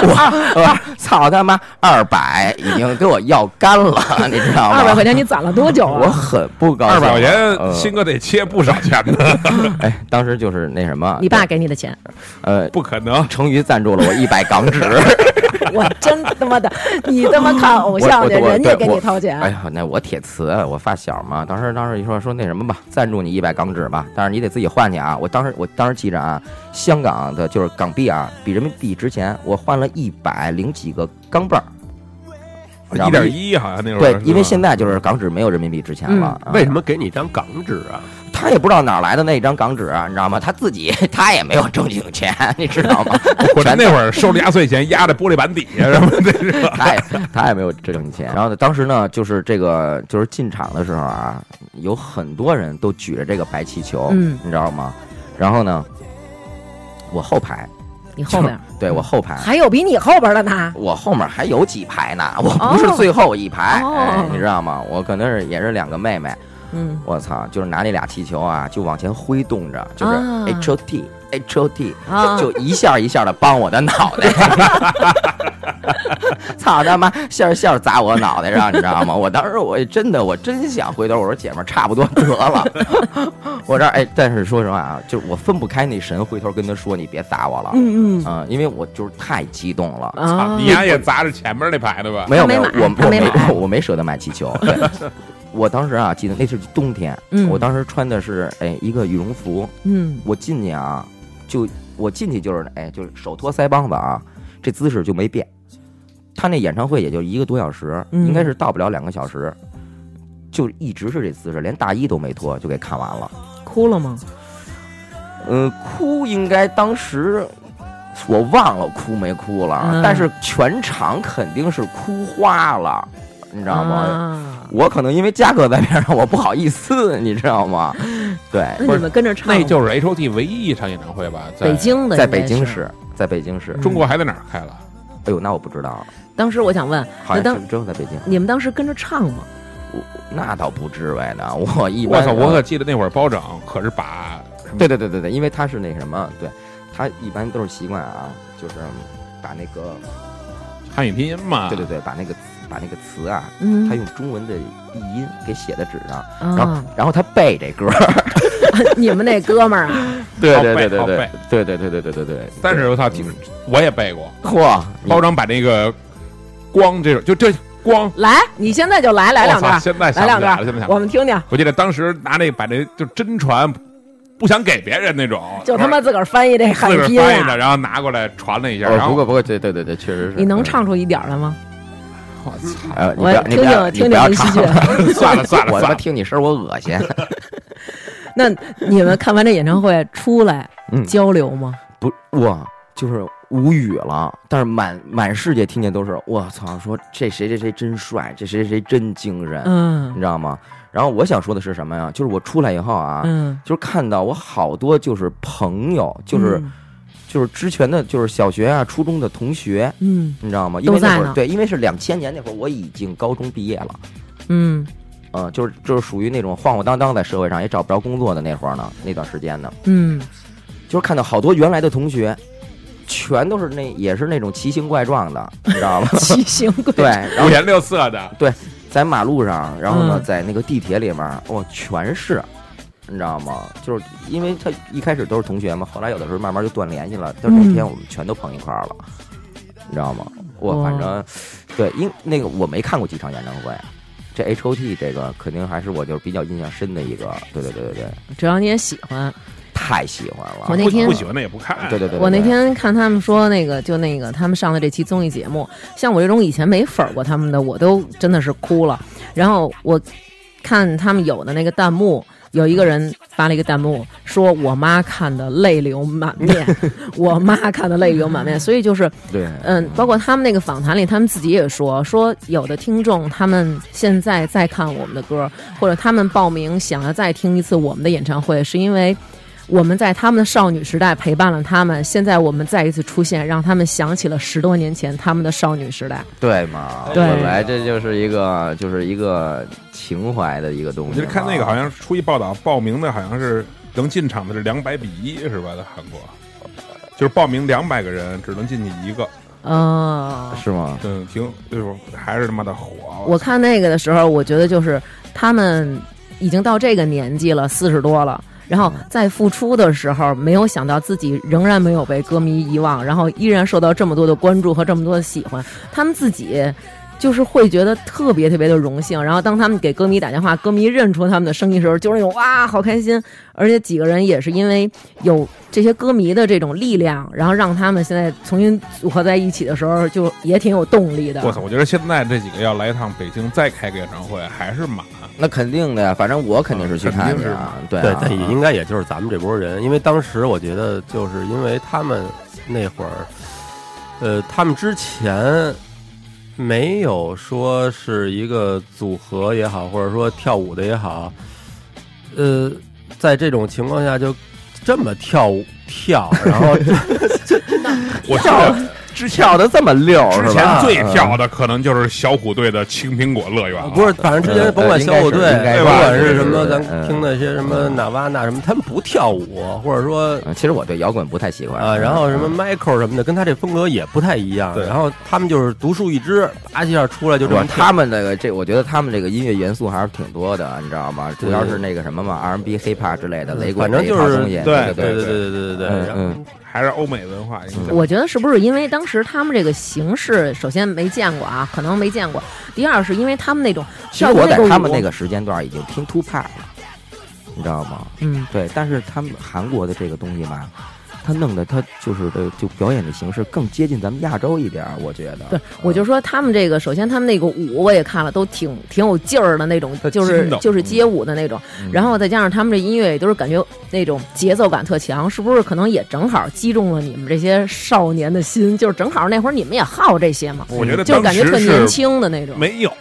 Speaker 2: 我我操他妈二百已经给我要干了，你知道吗？
Speaker 1: 二百块钱你攒了多久
Speaker 2: 我
Speaker 1: 啊？
Speaker 2: 很不高兴。
Speaker 3: 二百块
Speaker 2: 呃
Speaker 3: 钱，鑫哥得切不少钱呢，
Speaker 2: 哎，当时就是那什么，
Speaker 1: 你爸给你的钱，
Speaker 2: 呃，
Speaker 3: 不可能。
Speaker 2: 成瑜赞助了我一百港 纸。
Speaker 1: 我真他妈的，你他妈看偶
Speaker 2: 我
Speaker 1: 像去，
Speaker 2: 我我
Speaker 1: 人家
Speaker 2: 对
Speaker 1: 给
Speaker 2: 我
Speaker 1: 你掏钱。
Speaker 2: 哎呀，那我铁磁，我发小嘛，当时当时一说说那什么吧，赞助你一百港纸吧，但是你得自己换去啊。我当时我当时记着啊，香港的就是港币啊，比人民币值钱，我换了一百零几个钢镚儿。然
Speaker 3: 哦一
Speaker 2: 后
Speaker 3: 点一好像那时候是
Speaker 2: 对
Speaker 3: 吧，嗯
Speaker 2: 因为现在就是港纸没有人民币值钱了。啊
Speaker 4: 为什么给你一张港纸啊？
Speaker 2: 他也不知道哪儿来的那一张港纸啊，你知道吗？他自己 他也没有正经钱，你知道吗？
Speaker 3: 我那会儿收着压岁钱压在玻璃板底下什么的，是 吧
Speaker 2: 他也他也没有挣钱。然后呢，当时呢，就是这个就是进场的时候啊，有很多人都举着这个白气球，
Speaker 1: 嗯
Speaker 2: 你知道吗？然后呢，我后排，
Speaker 1: 你后边儿
Speaker 2: 对我后排。
Speaker 1: 还有比你后边的呢。
Speaker 2: 我后面还有几排呢，我不是
Speaker 1: 哦
Speaker 2: 最后一排，
Speaker 1: 哦
Speaker 2: 哎，你知道吗？我可能是也是两个妹妹，
Speaker 1: 嗯，
Speaker 2: 我操，就是拿那俩气球啊，就往前挥动着，就是
Speaker 1: 啊
Speaker 2: H O T H O T，
Speaker 1: 啊
Speaker 2: 就一下一下的帮我的脑 袋，操他妈，馅儿馅儿砸我脑袋上，你知道吗？我当时我真的我真想回头，我说姐们儿差不多 得了，我这儿哎，但是说实话啊，就是我分不开那神，回头跟他说你别砸我了，
Speaker 1: 嗯嗯
Speaker 2: 啊、因为我就是太激动了。
Speaker 1: 啊
Speaker 3: 你，丫也砸着前面那排的吧？
Speaker 2: 没有
Speaker 1: 没
Speaker 2: 有，
Speaker 1: 买
Speaker 2: 我
Speaker 1: 他
Speaker 2: 我
Speaker 1: 没
Speaker 2: 没
Speaker 1: 买
Speaker 2: 我没舍得买气球。对我当时啊，记得那是冬天，
Speaker 1: 嗯
Speaker 2: 我当时穿的是哎一个羽绒服，
Speaker 1: 嗯，
Speaker 2: 我进去啊，就我进去就是哎，就是手托腮帮子啊，这姿势就没变。他那演唱会也就一个多小时，
Speaker 1: 嗯
Speaker 2: 应该是到不了两个小时，就一直是这姿势，连大衣都没脱就给看完了。
Speaker 1: 哭了吗？
Speaker 2: 嗯，哭应该当时我忘了哭没哭了，
Speaker 1: 嗯
Speaker 2: 但是全场肯定是哭花了，你知道吗？
Speaker 1: 啊
Speaker 2: 我可能因为嘉哥在边上，我不好意思，你知 道吗？对，
Speaker 1: 那你
Speaker 3: 不是
Speaker 1: 们跟着唱吗，
Speaker 3: 那就是 H O T 唯一一场演唱会吧，在
Speaker 1: 北京的，
Speaker 2: 在北京。市，在北京市。
Speaker 3: 中国还在哪儿开了？
Speaker 2: 哎呦，那我不知道，
Speaker 1: 当时我想问，那
Speaker 2: 好像
Speaker 1: 当
Speaker 2: 只只有在北京。
Speaker 1: 你们当时跟着唱吗？
Speaker 2: 我那倒不至于呢， 我一
Speaker 3: 我
Speaker 2: 般呃
Speaker 3: 操！我可记得那会儿包拯可是把什么
Speaker 2: 对对对对对，因为他是那什么，对他一般都是习惯啊，就是把那个
Speaker 3: 汉语拼音嘛，
Speaker 2: 对对对，把那个把那个词啊，
Speaker 1: 嗯
Speaker 2: 他，用中文的译音给写在纸上，然后
Speaker 1: 啊，
Speaker 2: 然后他背这 歌儿。
Speaker 1: 你们那哥们儿啊，
Speaker 2: 对
Speaker 3: 好背好背
Speaker 2: 对对对对对对对。
Speaker 3: 但是我操，挺我也背过，
Speaker 2: 嚯，你
Speaker 3: 包拯把那个光这种就这光
Speaker 1: 来，你现在就来来两
Speaker 3: 我操
Speaker 1: 段，
Speaker 3: 现在想
Speaker 1: 来
Speaker 3: 不
Speaker 1: 两
Speaker 3: 起来了，现在
Speaker 1: 段
Speaker 3: 想，不起来了
Speaker 1: 我们听听，
Speaker 3: 我记得当时拿那把那就真传，不想给别人那种，
Speaker 1: 就他妈自个儿翻译这汉
Speaker 3: 自个儿
Speaker 1: 语拼音
Speaker 3: 翻译
Speaker 1: 啊
Speaker 3: 的，，然后拿过来传了一下，
Speaker 2: 哦
Speaker 3: 然
Speaker 2: 不
Speaker 3: 后
Speaker 2: 过不过，对对对对，确实是。
Speaker 1: 你能
Speaker 2: 嗯
Speaker 1: 唱出一点儿来吗？
Speaker 3: 我操，
Speaker 2: 哎，你不
Speaker 1: 我
Speaker 2: 要，你
Speaker 1: 听
Speaker 2: 不要，
Speaker 1: 听听
Speaker 2: 你不
Speaker 1: 听
Speaker 2: 要
Speaker 1: 林夕
Speaker 2: 唱
Speaker 1: 剧。
Speaker 3: 算了算了
Speaker 2: 我他
Speaker 3: 算
Speaker 2: 妈
Speaker 3: 了，
Speaker 2: 听你声儿我恶心。
Speaker 1: 那你们看完这演唱会出来
Speaker 2: 嗯
Speaker 1: 交流吗？
Speaker 2: 不，我就是无语了。但是满满世界听见都是我操，说这谁谁谁真帅，这谁谁谁真精神，你
Speaker 1: 嗯
Speaker 2: 知道吗？然后我想说的是什么呀？就是我出来以后啊，
Speaker 1: 嗯，
Speaker 2: 就是看到我好多就是朋友，就是、
Speaker 1: 嗯
Speaker 2: 就是之前的就是小学啊、初中的同学，
Speaker 1: 嗯
Speaker 2: 你知道吗？因
Speaker 1: 都
Speaker 2: 为
Speaker 1: 在
Speaker 2: 那会儿
Speaker 1: 呢
Speaker 2: 对，因为是两千年那会儿，我已经高中毕业了。
Speaker 1: 嗯
Speaker 2: 嗯，就是就是属于那种晃晃荡荡在社会上也找不着工作的那会儿呢，那段时间呢，
Speaker 1: 嗯？
Speaker 2: 就是看到好多原来的同学，全都是那也是那种奇形怪状的，你知道吧
Speaker 1: 嗯奇形怪
Speaker 2: 对，
Speaker 1: 状，
Speaker 2: 然
Speaker 3: 五
Speaker 2: 后
Speaker 3: 颜六色的，
Speaker 2: 在马路上，然后呢，
Speaker 1: 嗯
Speaker 2: 在那个地铁里面，哇，全是，你知道吗？就是因为他一开始都是同学嘛，后来有的时候慢慢就断联系了，但
Speaker 1: 嗯
Speaker 2: 是那天我们全都碰一块儿了，你知道吗？我
Speaker 1: 哇
Speaker 2: 反正对，因那个我没看过几场演唱会。啊这 H O T 这个肯定还是我就是比较印象深的一个，对对对对对，
Speaker 1: 只要你也喜欢。
Speaker 2: 太喜欢了。
Speaker 1: 我那
Speaker 3: 不
Speaker 1: 天
Speaker 3: 不喜欢的也不看，
Speaker 2: 对对对，对
Speaker 1: 我那天看他们说那个，就那个他们上的这期综艺节目，像我这种以前没粉儿过他们的，我都真的是哭了。然后我看他们有的那个弹幕，有一个人发了一个弹幕，说我妈看的泪流满 面，我妈看的泪流满面。所以就是
Speaker 2: 对，
Speaker 1: 嗯，包括他们那个访谈里，他们自己也说，说有的听众他们现在在看我们的歌，或者他们报名想要再听一次我们的演唱会，是因为我们在他们的少女时代陪伴了他们，现在我们再一次出现，让他们想起了十多年前他们的少女时代。
Speaker 2: 对嘛，
Speaker 1: 对
Speaker 2: 本来这就是一个就是一个情怀的一个东
Speaker 3: 我
Speaker 2: 西
Speaker 3: 记
Speaker 2: 嘛。
Speaker 3: 得看那个好像出一报道，报名的好像是能进场的是两百比一，是吧？在韩国，就是报名两百个人，只能进去一个。
Speaker 1: 呃，
Speaker 2: 是吗？
Speaker 3: 嗯，挺就是还是他妈的火。
Speaker 1: 我看那个的时候，我觉得就是他们已经到这个年纪了，四十多了。然后在复出的时候，没有想到自己仍然没有被歌迷遗忘，然后依然受到这么多的关注和这么多的喜欢，他们自己就是会觉得特别特别的荣幸。然后当他们给歌迷打电话，歌迷认出他们的声音的时候，就是那种哇，好开心！而且几个人也是因为有这些歌迷的这种力量，然后让他们现在重新组合在一起的时候，就也挺有动力的。
Speaker 3: 我操！我觉得现在这几个要来一趟北京，再开个演唱会还是满。
Speaker 2: 那肯定的呀，反正我肯定是去看去啊，对
Speaker 4: 对
Speaker 2: 啊，，
Speaker 4: 但也应该也就是咱们这波人，因为当时我觉得就是因为他们那会儿，呃，他们之前没有说是一个组合也好，或者说跳舞的也好，呃，在这种情况下就这么跳舞跳，然后
Speaker 3: 我觉得
Speaker 2: 之跳的这么溜
Speaker 3: 之
Speaker 2: 哦是
Speaker 3: 前
Speaker 2: 吧？嗯
Speaker 3: 最跳的可能就是小虎队的《青苹果乐园》了，
Speaker 4: 不是，反正之前甭管小虎队
Speaker 2: 呃应该，
Speaker 3: 是
Speaker 4: 甭
Speaker 3: 应
Speaker 4: 管
Speaker 3: 该
Speaker 4: 是
Speaker 3: 是
Speaker 4: 什么，
Speaker 2: 对
Speaker 4: 咱
Speaker 2: 嗯
Speaker 4: 听那些什么纳瓦纳什么，他们不跳舞，或者说
Speaker 2: 嗯。其实我对摇滚不太喜欢嗯
Speaker 4: 啊，然后什么 Michael 什么的，跟他这风格也不太一样。
Speaker 3: 对
Speaker 4: 然后他们就是独树一帜，啪一下出来就这
Speaker 2: 我
Speaker 4: 么
Speaker 2: 他们那个这，我觉得他们这个音乐元素还是挺多的，你知道吗？主要是那个什么嘛，R&B、hiphop 之类的雷鬼
Speaker 4: 反正
Speaker 2: 这一
Speaker 4: 就
Speaker 2: 套
Speaker 4: 是
Speaker 2: 东西，对对
Speaker 3: 对
Speaker 4: 对对对对对对。
Speaker 2: 嗯
Speaker 4: 然后
Speaker 2: 嗯，
Speaker 3: 还是欧美文化影响。
Speaker 1: 我觉得是不是因为当时他们这个形式，首先没见过啊，可能没见过。第二是因为他们那种
Speaker 2: 其实我在他们那
Speaker 1: 个
Speaker 2: 个时间段已经听 Two Pack 了，你知道吗？
Speaker 1: 舞，嗯，
Speaker 2: 对，但是他们韩国的这个东西吧，他弄得他就是的就表演的形式更接近咱们亚洲一点儿，我觉得。
Speaker 1: 对，我就说他们这个，首先他们那个舞我也看了，都挺挺有劲儿的那种
Speaker 3: 他，
Speaker 1: 就是
Speaker 3: 筋斗
Speaker 1: 就是街舞的那
Speaker 2: 嗯
Speaker 1: 种。然后再加上他们这音乐也都是感觉那种节奏感特强，是不是？可能也正好击中了你们这些少年的心，就是正好那会儿你们也好这些嘛，
Speaker 2: 嗯
Speaker 3: 我觉得
Speaker 1: 就是
Speaker 3: 当
Speaker 1: 感觉
Speaker 3: 时
Speaker 1: 特年
Speaker 3: 是
Speaker 1: 轻的那种。
Speaker 3: 没有，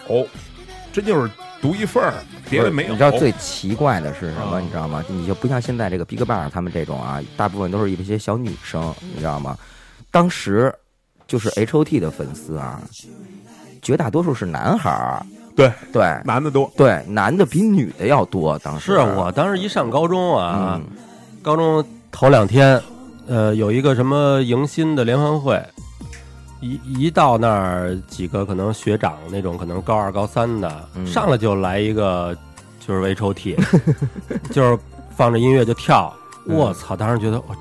Speaker 3: 真就是独一份儿，别的没有。
Speaker 2: 你知道最奇怪的是什么？
Speaker 4: 哦
Speaker 3: 啊
Speaker 2: 你知道吗？你就不像现在这个 Big Bang 他们这种啊，大部分都是一些小女生，你知道吗？当时就是 H O T 的粉丝啊，绝大多数是男孩儿，
Speaker 3: 对
Speaker 2: 对
Speaker 3: 男的多，
Speaker 2: 对，男的比女的要多。当时
Speaker 4: 是啊我当时一上高中啊
Speaker 2: 嗯，，
Speaker 4: 高中头两天，呃，有一个什么迎新的联欢会，一一到那儿，几个可能学长那种，可能高二、高三的，
Speaker 2: 嗯
Speaker 4: 上来就来一个就是围抽屉， 就是放着音乐就跳，
Speaker 2: 嗯
Speaker 4: 我操！当时觉得我哦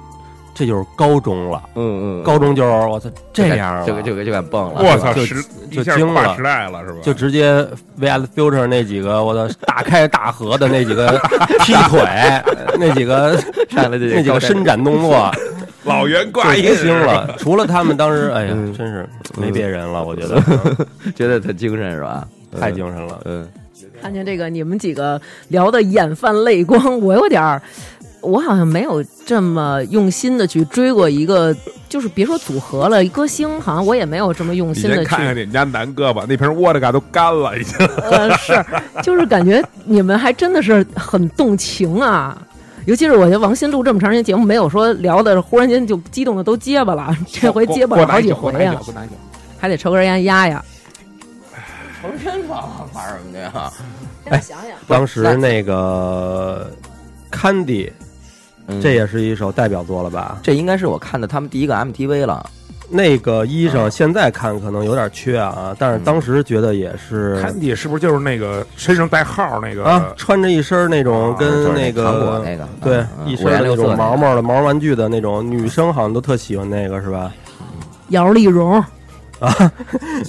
Speaker 4: 这就是高中了，
Speaker 2: 嗯嗯，
Speaker 4: 高中就是我操这样啊了，
Speaker 2: 就敢就敢就敢蹦了。
Speaker 3: 我操，
Speaker 4: 就
Speaker 3: 时
Speaker 4: 就
Speaker 3: 一下
Speaker 4: 惊
Speaker 3: 跨
Speaker 4: 了
Speaker 3: 时代了是吧？
Speaker 4: 就直接 VS Future 那几个，我 操，大开大合的那几个劈腿，那几个
Speaker 2: 上来就
Speaker 4: 那几个伸展 动作，
Speaker 3: 老袁挂
Speaker 4: 太
Speaker 3: 音
Speaker 4: 惊，了。除了他们当时，哎呀，
Speaker 2: 嗯
Speaker 4: 真是没别人了，我觉得
Speaker 2: 觉得特精神是吧？
Speaker 4: 太精神了。
Speaker 2: 嗯，
Speaker 1: 看见这个，你们几个聊的眼泛泪光，我有点儿，我好像没有这么用心的去追过一个，就是别说组合了，歌星好像我也没有这么用
Speaker 3: 你
Speaker 1: 心的
Speaker 3: 先
Speaker 1: 去
Speaker 3: 看 看你们家南哥吧，那瓶沃德嘎都干了，已经。
Speaker 1: 呃，是，就是感觉你们还真的是很动情啊。尤其是我觉得王鑫录这么长时间节目，没有说聊的，忽然间就激动的都结巴了，这回结巴了好几回啊呀、
Speaker 3: 过来一酒
Speaker 1: 还得抽根烟压压。
Speaker 2: 成真了，玩什么的呀？
Speaker 1: 哎，想想，
Speaker 4: 当时那个 Candy，这也是一首代表作了吧？
Speaker 2: 嗯这应该是我看的他们第一个 MTV 了。
Speaker 4: 那个衣裳现在看可能有点缺啊，但是当时觉得也是
Speaker 3: 看你是不是就是那个身上带号那个？
Speaker 4: 啊，穿着一身那种
Speaker 2: 啊就是
Speaker 4: 跟
Speaker 2: 那
Speaker 4: 个
Speaker 2: 糖果那个
Speaker 4: 对
Speaker 2: 嗯，嗯
Speaker 4: 一身
Speaker 2: 五颜六
Speaker 4: 那
Speaker 2: 色
Speaker 4: 种
Speaker 2: 那
Speaker 4: 毛
Speaker 2: 个
Speaker 4: 毛的毛玩具的那种，女生好像都特喜欢那个是 吧？
Speaker 1: 姚丽蓉，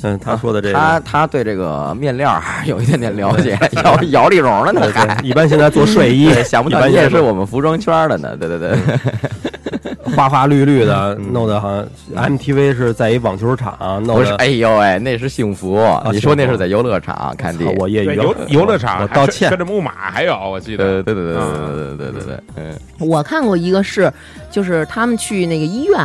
Speaker 4: 嗯，他说的这
Speaker 2: 他
Speaker 4: 个，
Speaker 2: 他对这个面料儿还有一点点了解，姚姚丽蓉了呢，
Speaker 4: 对
Speaker 2: 还
Speaker 4: 对一般现在做睡衣
Speaker 2: 对，想不
Speaker 4: 一
Speaker 2: 到
Speaker 4: 般
Speaker 2: 你也
Speaker 4: 现在
Speaker 2: 是我们服装圈儿的呢，对对 对，
Speaker 4: 花花绿绿的，弄得好像 MTV 是在一网球场啊弄
Speaker 2: 嗯不是，
Speaker 4: 的。
Speaker 2: 哎呦喂，那是幸福，你说那是在游乐场看的，
Speaker 4: 操啊我业余
Speaker 3: 对
Speaker 4: 了
Speaker 3: 游游乐场，
Speaker 4: 我
Speaker 3: 还
Speaker 4: 道
Speaker 3: 是
Speaker 4: 歉
Speaker 3: 跟着木马还有，我记
Speaker 2: 对
Speaker 3: 得
Speaker 2: 对对对对对对对对，嗯，
Speaker 1: 我看过一个是，就是他们去那个医院，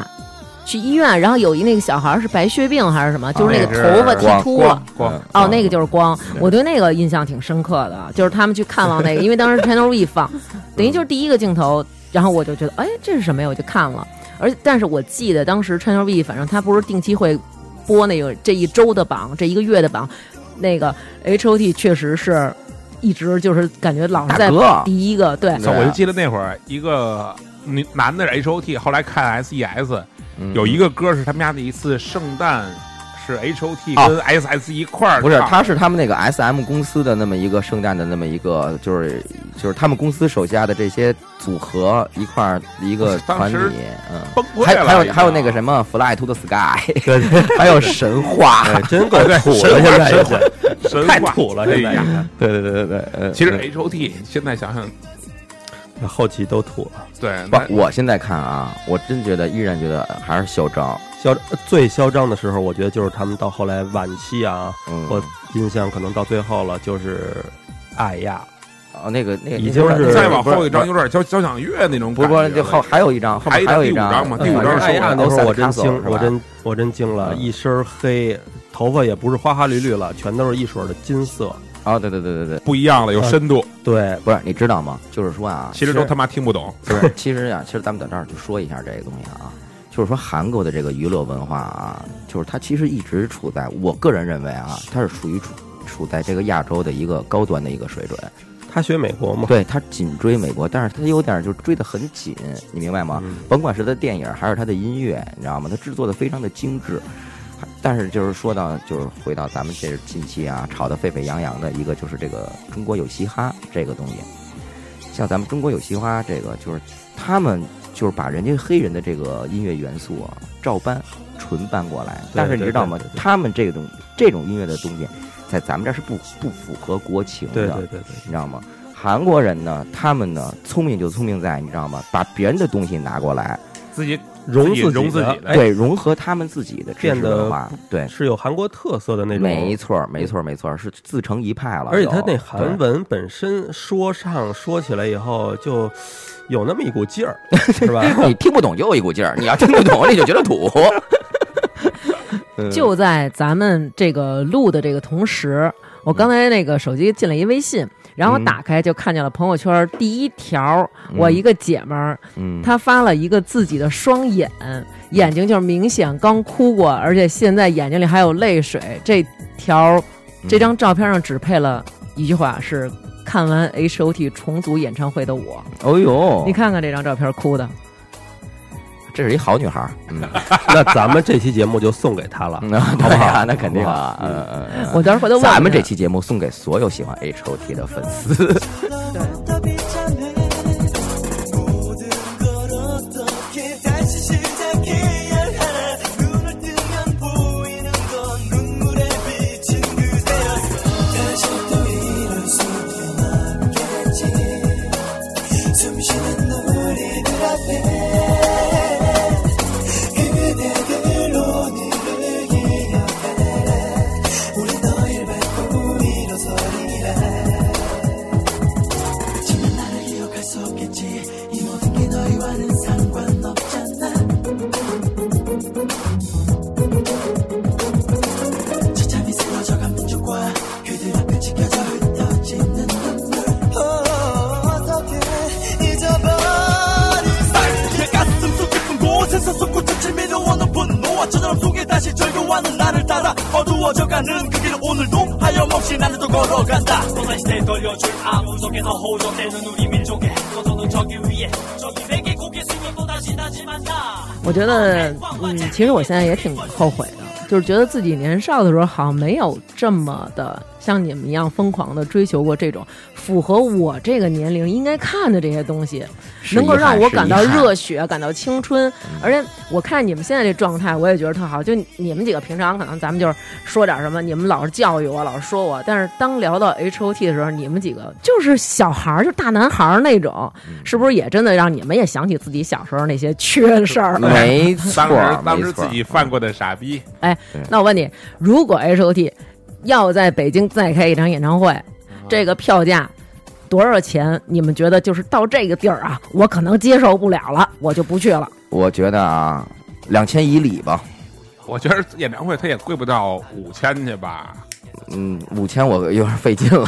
Speaker 1: 去医院，然后有一那个小孩儿是白血病还是什么，就是那个
Speaker 3: 啊那是
Speaker 1: 头发剃秃了。
Speaker 2: 嗯
Speaker 3: 光
Speaker 1: 哦，那个就是光，
Speaker 2: 对
Speaker 1: 我对那个印象挺深刻的，就是他们去看望那个，因为当时 Channel V 放，等于就是第一个镜头，然后我就觉得，哎，这是什么呀？我就看了，而但是我记得当时 Channel V 反正它不是定期会播那个这一周的榜，这一个月的榜，那个 H O T 确实是一直就是感觉老是
Speaker 2: 大
Speaker 1: 在
Speaker 2: 哥，
Speaker 1: 第一个，对
Speaker 2: 嗯
Speaker 3: 操！我就
Speaker 4: 啊
Speaker 3: 记得那会儿一个女男的是 H O T，后来看 S E S，有一
Speaker 2: 个
Speaker 3: 个歌是他们家的一次圣诞，是 H O T 跟 S S 一块儿
Speaker 2: 啊
Speaker 3: 唱，
Speaker 2: 不是，他是他们那个 S M 公司的那么一个圣诞的那么一个，就是就是他们公司手下的这些组合一块儿一个团
Speaker 3: 当时
Speaker 2: 体，嗯。
Speaker 3: 崩溃
Speaker 2: 还有
Speaker 3: 了
Speaker 2: 还
Speaker 3: 已
Speaker 2: 有
Speaker 3: 经
Speaker 2: 还有那个什么《Fly to the Sky》，还 有神话，
Speaker 4: 哎真够土
Speaker 3: 神
Speaker 4: 的，
Speaker 3: 话
Speaker 4: 现在也
Speaker 3: 神话
Speaker 4: 是
Speaker 3: 神
Speaker 4: 太
Speaker 3: 话
Speaker 4: 土了，
Speaker 3: 哎
Speaker 4: 现在
Speaker 3: 呀
Speaker 4: 也
Speaker 2: 对对对对对。呃
Speaker 3: 其实
Speaker 2: 嗯
Speaker 3: H O T 现在想想，
Speaker 4: 是后期都土了。
Speaker 3: 对，那
Speaker 2: 不，我现在看啊，我真觉得依然觉得还是嚣张。
Speaker 4: 嚣呃最嚣张的时候，我觉得就是他们到后来晚期啊，
Speaker 2: 嗯，
Speaker 4: 我印象可能到最后了，就是艾亚，
Speaker 2: 哦，那个那个
Speaker 4: 已经是
Speaker 3: 再往后一张
Speaker 2: 不是
Speaker 3: 有点交交响乐那种
Speaker 2: 不
Speaker 3: 感
Speaker 2: 是
Speaker 3: 觉
Speaker 2: 不
Speaker 3: 了，
Speaker 2: 是，就后还有一张，后面
Speaker 3: 还
Speaker 2: 有
Speaker 3: 有
Speaker 2: 一
Speaker 3: 第五张嘛
Speaker 2: 嗯
Speaker 3: 第五
Speaker 2: 嗯
Speaker 3: 张是
Speaker 4: 艾
Speaker 2: 哎
Speaker 4: 亚
Speaker 2: 呀
Speaker 4: 那时候
Speaker 2: Oscar
Speaker 4: 我真
Speaker 2: Castle，
Speaker 4: 惊，
Speaker 2: 是吧
Speaker 4: 我真我真惊了，
Speaker 2: 嗯
Speaker 4: 一身黑，头发也不是花花绿绿了，全都是一水的金色。
Speaker 2: 哦，对对对对对，
Speaker 3: 不一样了，有深度，
Speaker 4: 对，
Speaker 2: 不是，你知道吗？啊就是说 啊，
Speaker 3: 其实都他妈听不懂。
Speaker 2: 不是，其实啊，其实咱们在这儿就说一下这个东西啊，就是说韩国的这个娱乐文化啊，就是它其实一直处在，我个人认为啊，它是属于处处在这个亚洲的一个高端的一个水准，
Speaker 4: 他学美国嘛，
Speaker 2: 对，它紧追美国，但是它有点就追得很紧，你明白吗？
Speaker 4: 嗯
Speaker 2: 甭管是它电影还是它的音乐，你知道吗？它制作的非常的精致。还但是就是说到，就是回到咱们这近期啊吵得沸沸扬扬的一个，就是这个中国有嘻哈这个东西。像咱们中国有嘻哈这个，就是他们就是把人家黑人的这个音乐元素啊照搬纯搬过来，但是你
Speaker 4: 对
Speaker 2: 知道吗
Speaker 4: 对对？对
Speaker 2: 他们这种这种音乐的东西，在咱们这儿是不不符合国情的。
Speaker 4: 对对对对，
Speaker 2: 你知道吗？韩国人呢，他们呢聪明就聪明在，你知道吗？把别人的东西拿过来，
Speaker 3: 自己
Speaker 4: 融
Speaker 3: 自己
Speaker 4: 自己
Speaker 3: 融自
Speaker 4: 的
Speaker 3: 己的，哎
Speaker 2: 对，融合他们自己的知识
Speaker 4: 变得
Speaker 2: 文化，对，
Speaker 4: 是有韩国特色的那种，
Speaker 2: 没错儿，没错儿，没错儿，是自成一派了。
Speaker 4: 而且它
Speaker 2: 就
Speaker 4: 那
Speaker 2: 对
Speaker 4: 韩文本身说唱说起来以后，就有那么一股劲 儿，是吧？
Speaker 2: 你听不懂就有一股劲儿，你要听得懂你就觉得 土。
Speaker 1: 就在咱们这个录的这个同时，我刚才那个手机进了一微信，然后我打开就看见了朋友圈第一条，我一个姐们儿，
Speaker 2: 嗯，
Speaker 1: 她发了一个自己的双眼，眼睛就是明显刚哭过，而且现在眼睛里还有泪水。这条
Speaker 2: 嗯
Speaker 1: 这张照片上只配了一句话是。看完 H O T 重组演唱会的我，
Speaker 2: 哦啊呦，
Speaker 1: 你，看看这张照片，哭的。
Speaker 2: 这是一好女孩儿，嗯，
Speaker 4: 那咱们这期节目就送给他了，
Speaker 2: 那
Speaker 4: 好不好？
Speaker 2: 那肯定啊，
Speaker 4: 好不好
Speaker 2: 嗯嗯嗯。
Speaker 1: 我到时候回头问问她
Speaker 2: 咱们这期节目送给所有喜欢 H O T 的粉 丝。
Speaker 5: 너무나 비참해 모든 걸 어떻게 다시 시작해야 하나 눈을 뜨면 보이는 건 눈물에 비친 그대야 다시 또 이럴 수는 없겠지 숨 쉬는 우리들 앞에 그대들 오늘을 기억하라 우리 너희를 밟고 일어서리라 지만 나를 기억할 수 없겠지 이 모든 게 너희와는 상관없잖아 차참이 쓰러져간 민족과 그들 앞에 지켜져 흩어지는 눈물 어떻게 잊어버릴 내 가슴 속 깊은 곳에서 솟구쳤지 미루어는 분노와 저절함 속에 다시 절규하는 나를 따라 어두워져가는 그 길을 오늘도 하염없이 나는 또 걸어간다 또다시대 돌려줄 아무 속에서 호적되는 우리 민족의 쏟아는 저기 위에 저기 세계 고개 숙여 또다시 다시 만나
Speaker 1: 我觉得，嗯，其实我现在也挺后悔的，就是觉得自己年少的时候好像没有这么的像你们一样疯狂的追求过这种符合我这个年龄应该看的这些东西，
Speaker 2: 是
Speaker 1: 能够
Speaker 2: 遗憾
Speaker 1: 让我
Speaker 2: 是
Speaker 1: 感
Speaker 2: 遗
Speaker 1: 到
Speaker 2: 憾嗯
Speaker 1: 热血，感到青春。而且我看你们现在这状态，我也觉得特好。就你们几个平常可能咱们就是说点什么，你们老是教育我，老是说我，但是当聊到 H O T 的时候，你们几个就是小孩儿，就大男孩儿那种，是不是也真的让你们也想起自己小时候那些缺事儿？
Speaker 2: 没错
Speaker 3: 当
Speaker 2: 儿，
Speaker 3: 时当
Speaker 2: 没
Speaker 3: 时
Speaker 2: 错
Speaker 3: 自
Speaker 2: 儿
Speaker 3: 己犯过的傻逼，
Speaker 1: 哎
Speaker 2: 对，
Speaker 1: 那我问你，如果 H O T 要在北京再开一场演唱会，这个票价多少钱？你们觉得就是到这个地儿啊，我可能接受不了了，我就不去了。
Speaker 2: 我觉得啊，两千以里吧，
Speaker 3: 我觉得演唱会他也贵不到五千去吧。
Speaker 2: 嗯，五千我有点费劲了，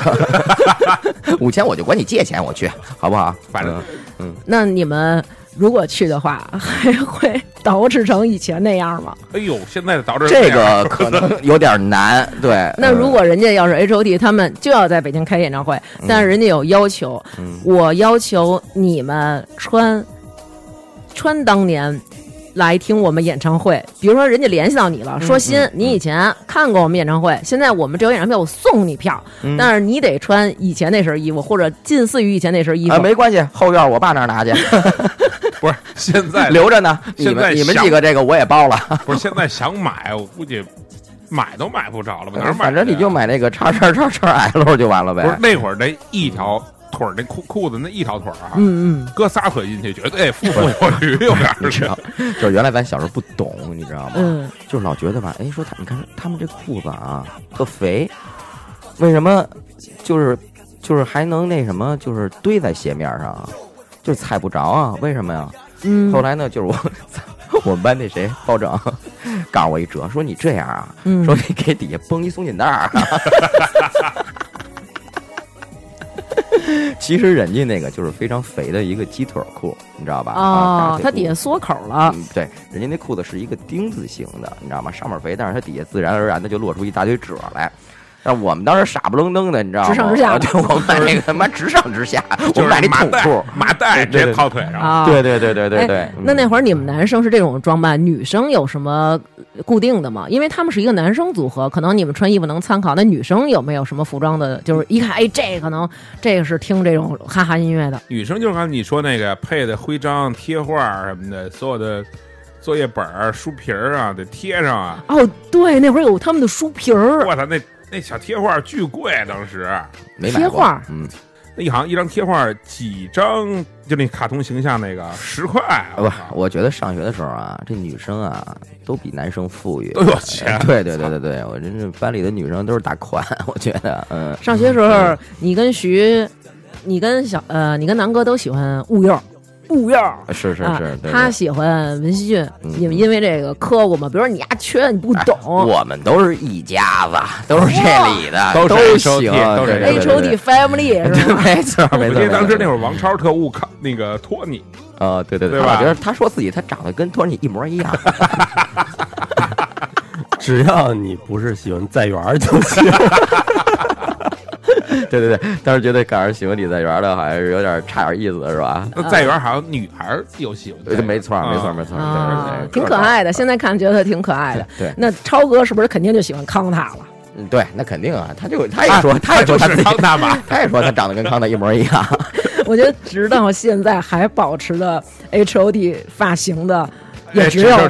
Speaker 2: 五千我就管你借钱，我去，好不好？
Speaker 3: 反正
Speaker 2: 嗯
Speaker 1: 那你们如果去的话， 还会捯饬成以前那样吗？
Speaker 3: 哎呦，现在导致
Speaker 2: 这个可能有点难，对。
Speaker 1: 那
Speaker 2: 嗯
Speaker 1: 如果人家要是 H O T，他们就要在北京开演唱会，但是人家有要求，
Speaker 2: 嗯
Speaker 1: 我要求你们穿穿当年。来听我们演唱会，比如说人家联系到你
Speaker 2: 嗯
Speaker 1: 了，说鑫，你以前看过我们演唱会，现在我们这有演唱会，我送你票，
Speaker 2: 嗯
Speaker 1: 但是你得穿以前那身衣服，或者近似于以前那身衣服。
Speaker 2: 啊，没关系，后院我爸那儿拿去，
Speaker 3: 不是现在
Speaker 2: 留着呢。你
Speaker 3: 现在
Speaker 2: 们你们
Speaker 3: 想
Speaker 2: 几个这个我也包了，
Speaker 3: 不是现在想买，我估计买都买不着了吧？哪儿买去啊？
Speaker 2: 嗯反正你就买那个叉叉叉叉 L 就完了
Speaker 3: 不是
Speaker 2: 呗。嗯
Speaker 3: 那会儿那一条腿儿，那裤裤子那一条腿儿啊，
Speaker 1: 嗯嗯，
Speaker 3: 搁仨腿进去，绝对富富有余，有点
Speaker 2: 你知
Speaker 3: 儿
Speaker 2: 道，就是原来咱小时候不懂，你知道吗？
Speaker 1: 嗯
Speaker 2: 就是老觉得吧，哎，说他，你看他们这裤子啊，特肥，为什么就是就是还能那什么，就是堆在鞋面上啊，就是踩不着啊？为什么呀？
Speaker 1: 嗯，
Speaker 2: 后来呢，就是我 我们班那谁包拯告诉我一辙，说你这样啊，
Speaker 1: 嗯
Speaker 2: 说你给底下绷一松紧带儿、啊。 其实人家那个就是非常肥的一个鸡腿儿裤，你知道吧？
Speaker 1: 哦
Speaker 2: 啊，
Speaker 1: 它底下缩口了，
Speaker 2: 嗯，对，人家那裤子是一个丁字形的，你知道吗？上面肥，但是它底下自然而然的就落出一大堆褶儿来。但我们当时傻不愣登的，你知道吗？
Speaker 1: 直上直下
Speaker 2: 啊对，我们买那个他妈直上直下，我
Speaker 3: 就
Speaker 2: 们买
Speaker 3: 是
Speaker 2: 那
Speaker 3: 麻
Speaker 2: 土裤
Speaker 3: 袋。 麻袋直
Speaker 2: 对对
Speaker 3: 接套腿上。
Speaker 1: 啊，
Speaker 2: 嗯对对对对对对
Speaker 1: 哎。，那那会儿你们男生是这种装扮，女生有什么固定的吗？因为他们是一个男生组合，可能你们穿衣服能参考。那女生有没有什么服装的？就是一看，哎，这可能这个是听这种哈哈音乐的。
Speaker 3: 女生就是刚才你说那个配的徽章、贴画儿什么的，所有的作业本儿、书皮儿啊，得贴上啊。
Speaker 1: 哦，对，那会儿有他们的书皮儿、
Speaker 3: 我操，那那小贴画儿巨贵，当时
Speaker 2: 没买
Speaker 1: 贴
Speaker 2: 过
Speaker 1: 画儿
Speaker 2: 嗯，
Speaker 3: 那一行一张贴画，几张就那卡通形象那个十块，啊
Speaker 2: 不
Speaker 3: 靠，
Speaker 2: 我觉得上学的时候啊，这女生啊都比男生富裕，
Speaker 3: 都有钱
Speaker 2: 对对对对对，我真是班里的女生都是大款，我觉得，嗯，
Speaker 1: 上学时候，你跟徐，你跟小呃，你跟南哥都喜欢物幼，物幼。
Speaker 2: 是是
Speaker 1: 啊
Speaker 2: 是，对
Speaker 1: 他
Speaker 2: 对
Speaker 1: 喜欢文熙俊，
Speaker 2: 嗯
Speaker 1: 你们因为这个磕过吗？比如说你呀缺，你不
Speaker 2: 哎
Speaker 1: 懂
Speaker 2: 我们都是一家子，都是这里的，
Speaker 3: 都是
Speaker 2: 都
Speaker 3: HOT
Speaker 2: 行，
Speaker 3: 都是
Speaker 2: 对对
Speaker 1: ，H
Speaker 2: 对
Speaker 1: O D
Speaker 2: 对
Speaker 1: Family
Speaker 2: 对
Speaker 1: 是吧？
Speaker 2: 没错没
Speaker 3: 我
Speaker 2: 错
Speaker 3: 记得
Speaker 2: 没错。
Speaker 3: 当时那会儿王超特务看那个托尼，
Speaker 2: 啊，对对
Speaker 3: 对吧
Speaker 2: 我觉得他说自己他长得跟托尼一模一 样，
Speaker 4: 只要你不是喜欢在园儿就行。
Speaker 2: 对对对，当时觉得赶上喜欢李在元的，好像是有点差点意思，是 吧？
Speaker 3: 那在园好像女孩儿有喜欢
Speaker 2: 对嗯
Speaker 3: 的，
Speaker 2: 呃没错没错
Speaker 3: 啊
Speaker 2: 没错，对
Speaker 1: 啊
Speaker 2: 对，对
Speaker 1: 挺可爱的。现在看觉得挺可爱的。
Speaker 2: 对
Speaker 1: 那超哥是不是肯定就喜欢康塔了？
Speaker 2: 嗯对，那肯定啊，他就他也说，他也说
Speaker 3: 就
Speaker 2: 他自
Speaker 3: 是
Speaker 2: 己
Speaker 3: 康大妈，
Speaker 2: 他也说他长得跟康纳一模一 样，
Speaker 1: 我觉得直到现在还保持着 H O D 发型的，也只
Speaker 3: 哎
Speaker 1: 有
Speaker 3: 只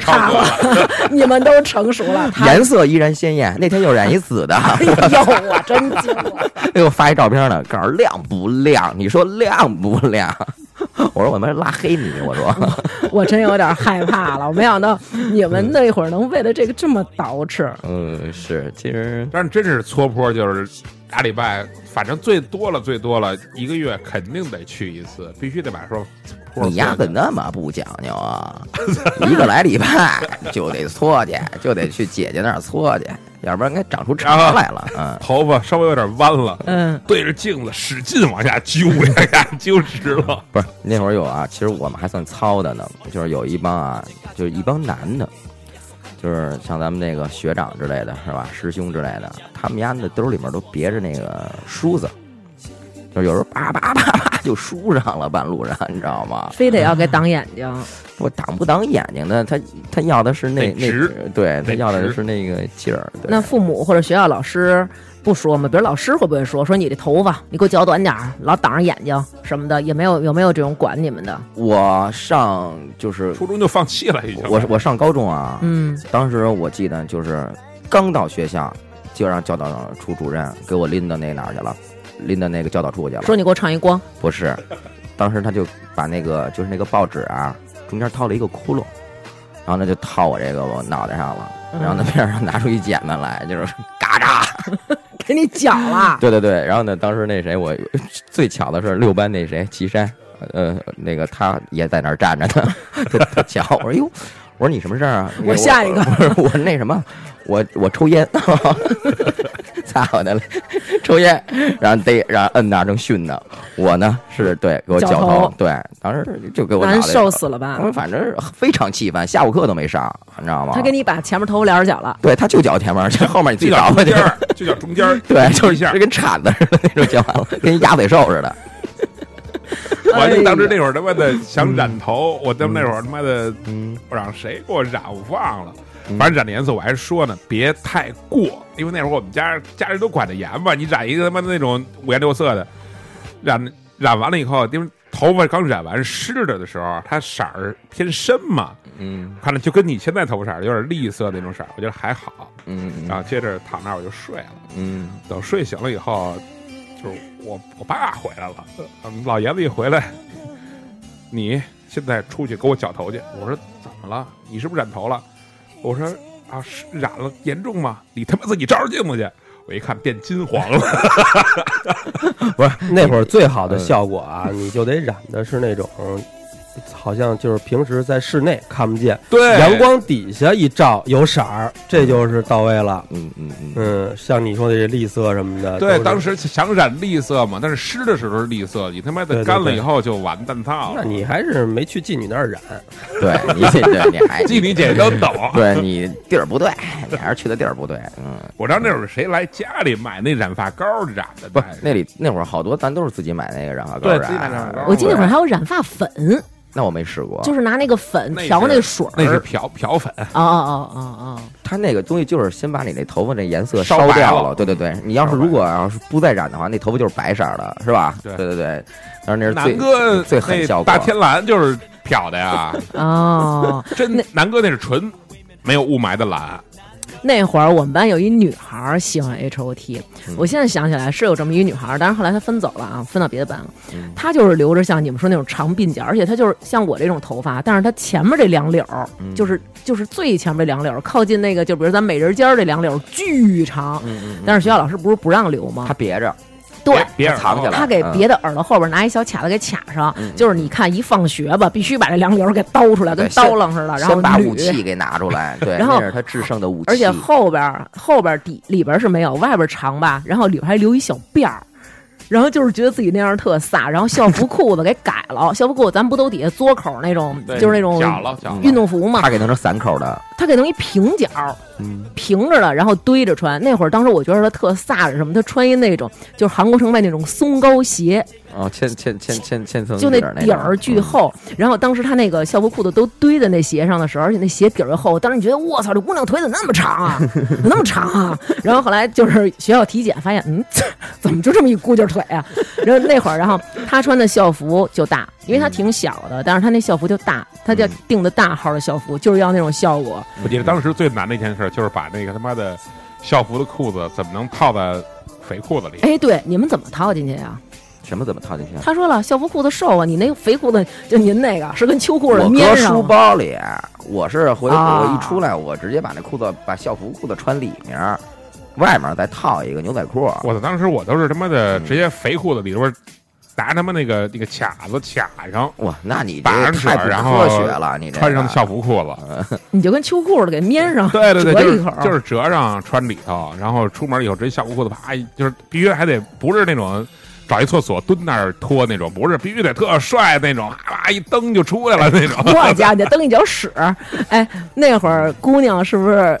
Speaker 1: 他
Speaker 3: 剩超哥
Speaker 1: 了。 你们都成熟了，他
Speaker 2: 颜色依然鲜艳。那天又染一紫的，
Speaker 1: 哎呦，我真惊了。
Speaker 2: 给我发一照片呢，告诉亮不亮？你说亮不亮？ 我说我们拉黑你，我说
Speaker 1: 我真有点害怕了，我没想到你们那会儿能为了这个这么捯饬。
Speaker 2: 嗯是，其实
Speaker 3: 但是真是搓坡，就是俩礼拜，反正最多了最多了一个月肯定得去一次，必须得把说坡
Speaker 2: 你丫
Speaker 3: 搓
Speaker 2: 怎
Speaker 3: 的
Speaker 2: 那么不讲究啊？一个来礼拜就得搓去，就得去姐姐那儿搓去，要不然该长出茬来了。嗯，
Speaker 3: 头发稍微有点弯了，
Speaker 1: 嗯，
Speaker 3: 对着镜子使劲往下揪， 往下揪直了。
Speaker 2: 不是那会儿有啊，其实我们还算糙的呢，就是有一帮啊，就是一帮男的，就是像咱们那个学长之类的是吧，师兄之类的，他们家那兜里面都别着那个梳子，就是有时候叭叭叭叭就梳上了，半路上你知道吗？
Speaker 1: 非得要给挡眼睛，
Speaker 2: 我挡不挡眼睛呢？他他要的是那
Speaker 3: 得
Speaker 2: 那
Speaker 3: 直
Speaker 2: 对他
Speaker 3: 得
Speaker 2: 要的
Speaker 3: 直
Speaker 2: 是那个劲儿。对
Speaker 1: 那父母或者学校老师不说吗？比如老师会不会说说你这头发，你给我绞短点儿，老挡着眼睛什么的，也没有有没有这种管你们
Speaker 3: 啊
Speaker 1: 的？
Speaker 2: 我上就是
Speaker 3: 初中就放弃了，已经。
Speaker 2: 我我上高中啊，
Speaker 1: 嗯，
Speaker 2: 当时我记得就是刚到学校，就让教导处主任给我拎到那哪儿去了，拎到那个教导处去了。
Speaker 1: 说你给我唱一 光，
Speaker 2: 不是，当时他就把那个就是那个报纸啊，中间掏了一个窟窿，然后他就套我这个我脑袋上了，
Speaker 1: 嗯
Speaker 2: 然后他边上拿出一剪子来，就是嘎嚓。
Speaker 1: 给 你绞了。
Speaker 2: 对对对，然后呢，当时那谁我 最巧的是六班那谁岐山，呃，那个他也在那儿站着呢， 他他巧，我说哟。我说你什么事儿 啊？
Speaker 1: 我下一个
Speaker 2: 我说我那什么，我我抽烟， 操的嘞，抽烟，然后逮，然后摁那儿正训呢。我呢是对给我
Speaker 1: 绞
Speaker 2: 绞
Speaker 1: 头
Speaker 2: 头，对，当时就给我
Speaker 1: 难
Speaker 2: 脑袋
Speaker 1: 受死了吧
Speaker 3: 哦
Speaker 2: 我反正是非常气愤，下午课都没上，你知道吗？
Speaker 1: 他给你把前面头发帘儿绞了，
Speaker 2: 对他就绞前面儿，后面你自
Speaker 3: 就
Speaker 2: 己
Speaker 3: 叫
Speaker 2: 找吧
Speaker 3: 中
Speaker 2: 去
Speaker 3: 间。儿，就叫中间 儿，
Speaker 2: 对，就
Speaker 3: 一
Speaker 2: 是
Speaker 3: 下
Speaker 2: 就。跟铲子似的那种剪完了，跟鸭嘴兽似的。
Speaker 3: 我
Speaker 2: 哎
Speaker 3: 就当时那会儿他妈的想
Speaker 2: 嗯
Speaker 3: 染头，我他妈那会儿他妈的，我让谁给我染我忘了，
Speaker 2: 嗯
Speaker 3: 反正染的颜色我还说呢，别太过，因为那会儿我们家家人都管得严嘛，你染一个他妈的那种五颜六色的，染染完了以后，因为头发刚染完湿着的时候，它色儿偏深嘛，
Speaker 2: 嗯
Speaker 3: 看着就跟你现在头发色儿有点栗色那种色儿，我觉得还好。
Speaker 2: 嗯
Speaker 3: 然后接着躺那儿我就睡了，
Speaker 2: 嗯
Speaker 3: 等睡醒了以后，啊就是我我爸回来了，呃老爷子一回来，你现在出去给我绞头去。我说怎么了？你是不是染头了？我说啊，是染了，严重吗？你他妈自己照照镜子去。我一看变金黄了，
Speaker 4: 不是那会儿最好的效果 啊，你就得染的是那种，嗯好像就是平时在室内看不见，
Speaker 3: 对
Speaker 4: 阳光底下一照有色儿，这就是到位了。
Speaker 2: 嗯嗯嗯，
Speaker 4: 嗯，像你说的这栗色什么的，都
Speaker 3: 对，
Speaker 4: 是
Speaker 3: 当时想染栗色嘛，但是湿的时候是栗色，你他妈
Speaker 4: 对
Speaker 3: 的
Speaker 4: 对
Speaker 3: 干了
Speaker 4: 对
Speaker 3: 以后就完蛋套
Speaker 4: 那
Speaker 3: 了。
Speaker 4: 你还是没去妓女那儿染，
Speaker 2: 对你对你还
Speaker 3: 妓女姐姐都懂，
Speaker 2: 对你地儿不对，你还是去的地儿不对。嗯，
Speaker 3: 我知道那会儿谁来家里买那染发膏染的，
Speaker 2: 不
Speaker 3: 还是，
Speaker 2: 那里那会儿好多咱都是自己买那个染发膏
Speaker 3: 对
Speaker 2: 染，
Speaker 3: 自己买染发膏
Speaker 1: 我记得那会儿还有染发粉，
Speaker 2: 那我没试过，
Speaker 1: 就是拿那个粉
Speaker 3: 那是
Speaker 1: 调那水儿。
Speaker 3: 那是漂漂粉，
Speaker 1: 哦哦哦
Speaker 2: 它那个东西就是先把你那头发那颜色
Speaker 3: 烧
Speaker 2: 烧
Speaker 3: 白
Speaker 2: 掉
Speaker 3: 了嗯
Speaker 2: 对对对，你要是
Speaker 3: 烧白
Speaker 2: 如果要是不再染的话，那头发就是白色儿的，是吧？
Speaker 3: 对
Speaker 2: 对对对，但是那是
Speaker 3: 南
Speaker 2: 最
Speaker 3: 哥
Speaker 2: 最狠
Speaker 3: 那
Speaker 2: 效果。
Speaker 3: 大天蓝就是 漂的呀，
Speaker 1: 哦哦，
Speaker 2: 嗯
Speaker 3: 真南哥那是纯没有雾霾的蓝，
Speaker 1: 那会儿我们班有一女孩儿喜欢 H O T，我
Speaker 2: 嗯
Speaker 1: 现在想起来是有这么一女孩儿，但是后来她分走了啊，分到别的班了。
Speaker 2: 嗯
Speaker 1: 她就是留着像你们说那种长鬓角，而且她就是像我这种头发，但是她前面这两绺儿，
Speaker 2: 嗯
Speaker 1: 就是就是最前面这两绺儿，靠近那个就比如咱美人尖儿这两绺儿巨长，但是学校老师不是不让留吗
Speaker 2: 嗯他？别着，
Speaker 1: 对，
Speaker 3: 别啊
Speaker 2: 他藏起来
Speaker 1: 他给
Speaker 2: 嗯
Speaker 1: 别的耳朵后边拿一小卡子给卡上，就是你看一放学吧，必须把这两绺给叨出来，
Speaker 2: 对
Speaker 1: 跟刀楞似啊的，然后
Speaker 2: 先把武
Speaker 1: 捋。
Speaker 2: 器给拿 出来，对，
Speaker 1: 然后
Speaker 2: 那是他制胜的武器，
Speaker 1: 而且后边儿后边儿底里边儿是没有，外边儿长吧，然后里边儿还留一小辫儿，然后就是觉得自己那样特飒，然后校服裤子给改了，校服裤子咱不都底下嘬口那种，
Speaker 3: 对
Speaker 1: 就是那种
Speaker 3: 绞了绞了
Speaker 1: 运动服嘛
Speaker 2: 他，给弄成散口的，
Speaker 1: 他给弄一平角儿，平着的，然后堆着穿。那会儿当时我觉得他特飒是什么，他穿一那种就是韩国城卖那种松糕鞋，
Speaker 2: 哦，千千千千千层
Speaker 1: 就
Speaker 2: 那嗯
Speaker 1: 那底儿巨
Speaker 2: 种，
Speaker 1: 厚，然后当时他那个校服裤子都堆在那鞋上的时候，而且那鞋底儿又厚，当时你觉得我操，这姑娘腿怎么那么长啊，怎么那么长啊？ 然后后来就是学校体检发现，嗯， 怎么就这么一姑劲儿腿啊？然后那会儿，然后他穿的校服就大，因
Speaker 2: 嗯
Speaker 1: 为他挺小的，但是他那校服就大，他就订的大号的校服，就是要那种效果。
Speaker 3: 我记得当时最难的一件事就是把那个他妈的校服的裤子怎么能套在肥裤子里？
Speaker 1: 哎，对，你们怎么套进去呀、
Speaker 2: 什么怎么套进去？啊
Speaker 1: 他说了，校服裤子瘦啊，你那肥裤子就您那个是跟秋裤似的
Speaker 2: 我
Speaker 1: 棉
Speaker 2: 搁
Speaker 1: 上了。
Speaker 2: 书包里，我是回
Speaker 1: 啊
Speaker 2: 我一出来，我直接把那裤子把校服裤子穿里面儿，外面儿再套一个牛仔裤。
Speaker 3: 我操！当时我都是他妈
Speaker 2: 嗯
Speaker 3: 的直接肥裤子里边拿他妈那个那个卡子卡上，
Speaker 2: 哇，那你
Speaker 3: 把
Speaker 2: 这
Speaker 3: 上纸
Speaker 2: 太不
Speaker 3: 然
Speaker 2: 科
Speaker 3: 后
Speaker 2: 学了，你这
Speaker 3: 穿上
Speaker 2: 个
Speaker 3: 校服裤子。
Speaker 1: 你就跟秋裤似的给棉 上，
Speaker 3: 对对对，就
Speaker 1: 折一
Speaker 3: 是
Speaker 1: 口，
Speaker 3: 就是折上穿里头，然后出门以后直接校服裤子啪，就是必须还得不是那种找一厕所蹲那儿脱那种，不是必须得特帅那种， 啊一蹬就出来了那种。
Speaker 1: 我家你蹬一脚 屎！哎，那会儿姑娘是不是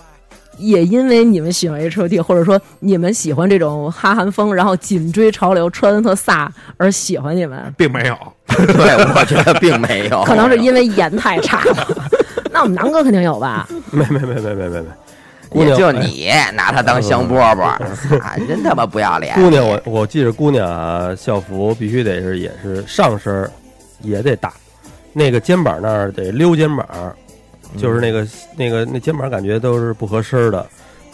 Speaker 1: 也因为你们喜欢 H O T，或者说你们喜欢这种哈韩风，然后紧追潮流，穿的特飒而喜欢你们？
Speaker 3: 并没有，
Speaker 2: 对，我觉得并没有，
Speaker 1: 可能是因为颜太差 了。那我们南哥肯定有吧？
Speaker 4: 没没没没没没没，姑
Speaker 2: 也
Speaker 4: 娘
Speaker 2: 就你拿它当香饽饽，
Speaker 1: 嗯
Speaker 2: 啊真他妈不要脸！
Speaker 4: 姑娘，我我记着姑娘啊，校服必须得是也是上身儿也得大，那个肩膀那儿得溜肩膀儿，就是那个、
Speaker 2: 嗯
Speaker 4: 那个那肩膀感觉都是不合身儿的，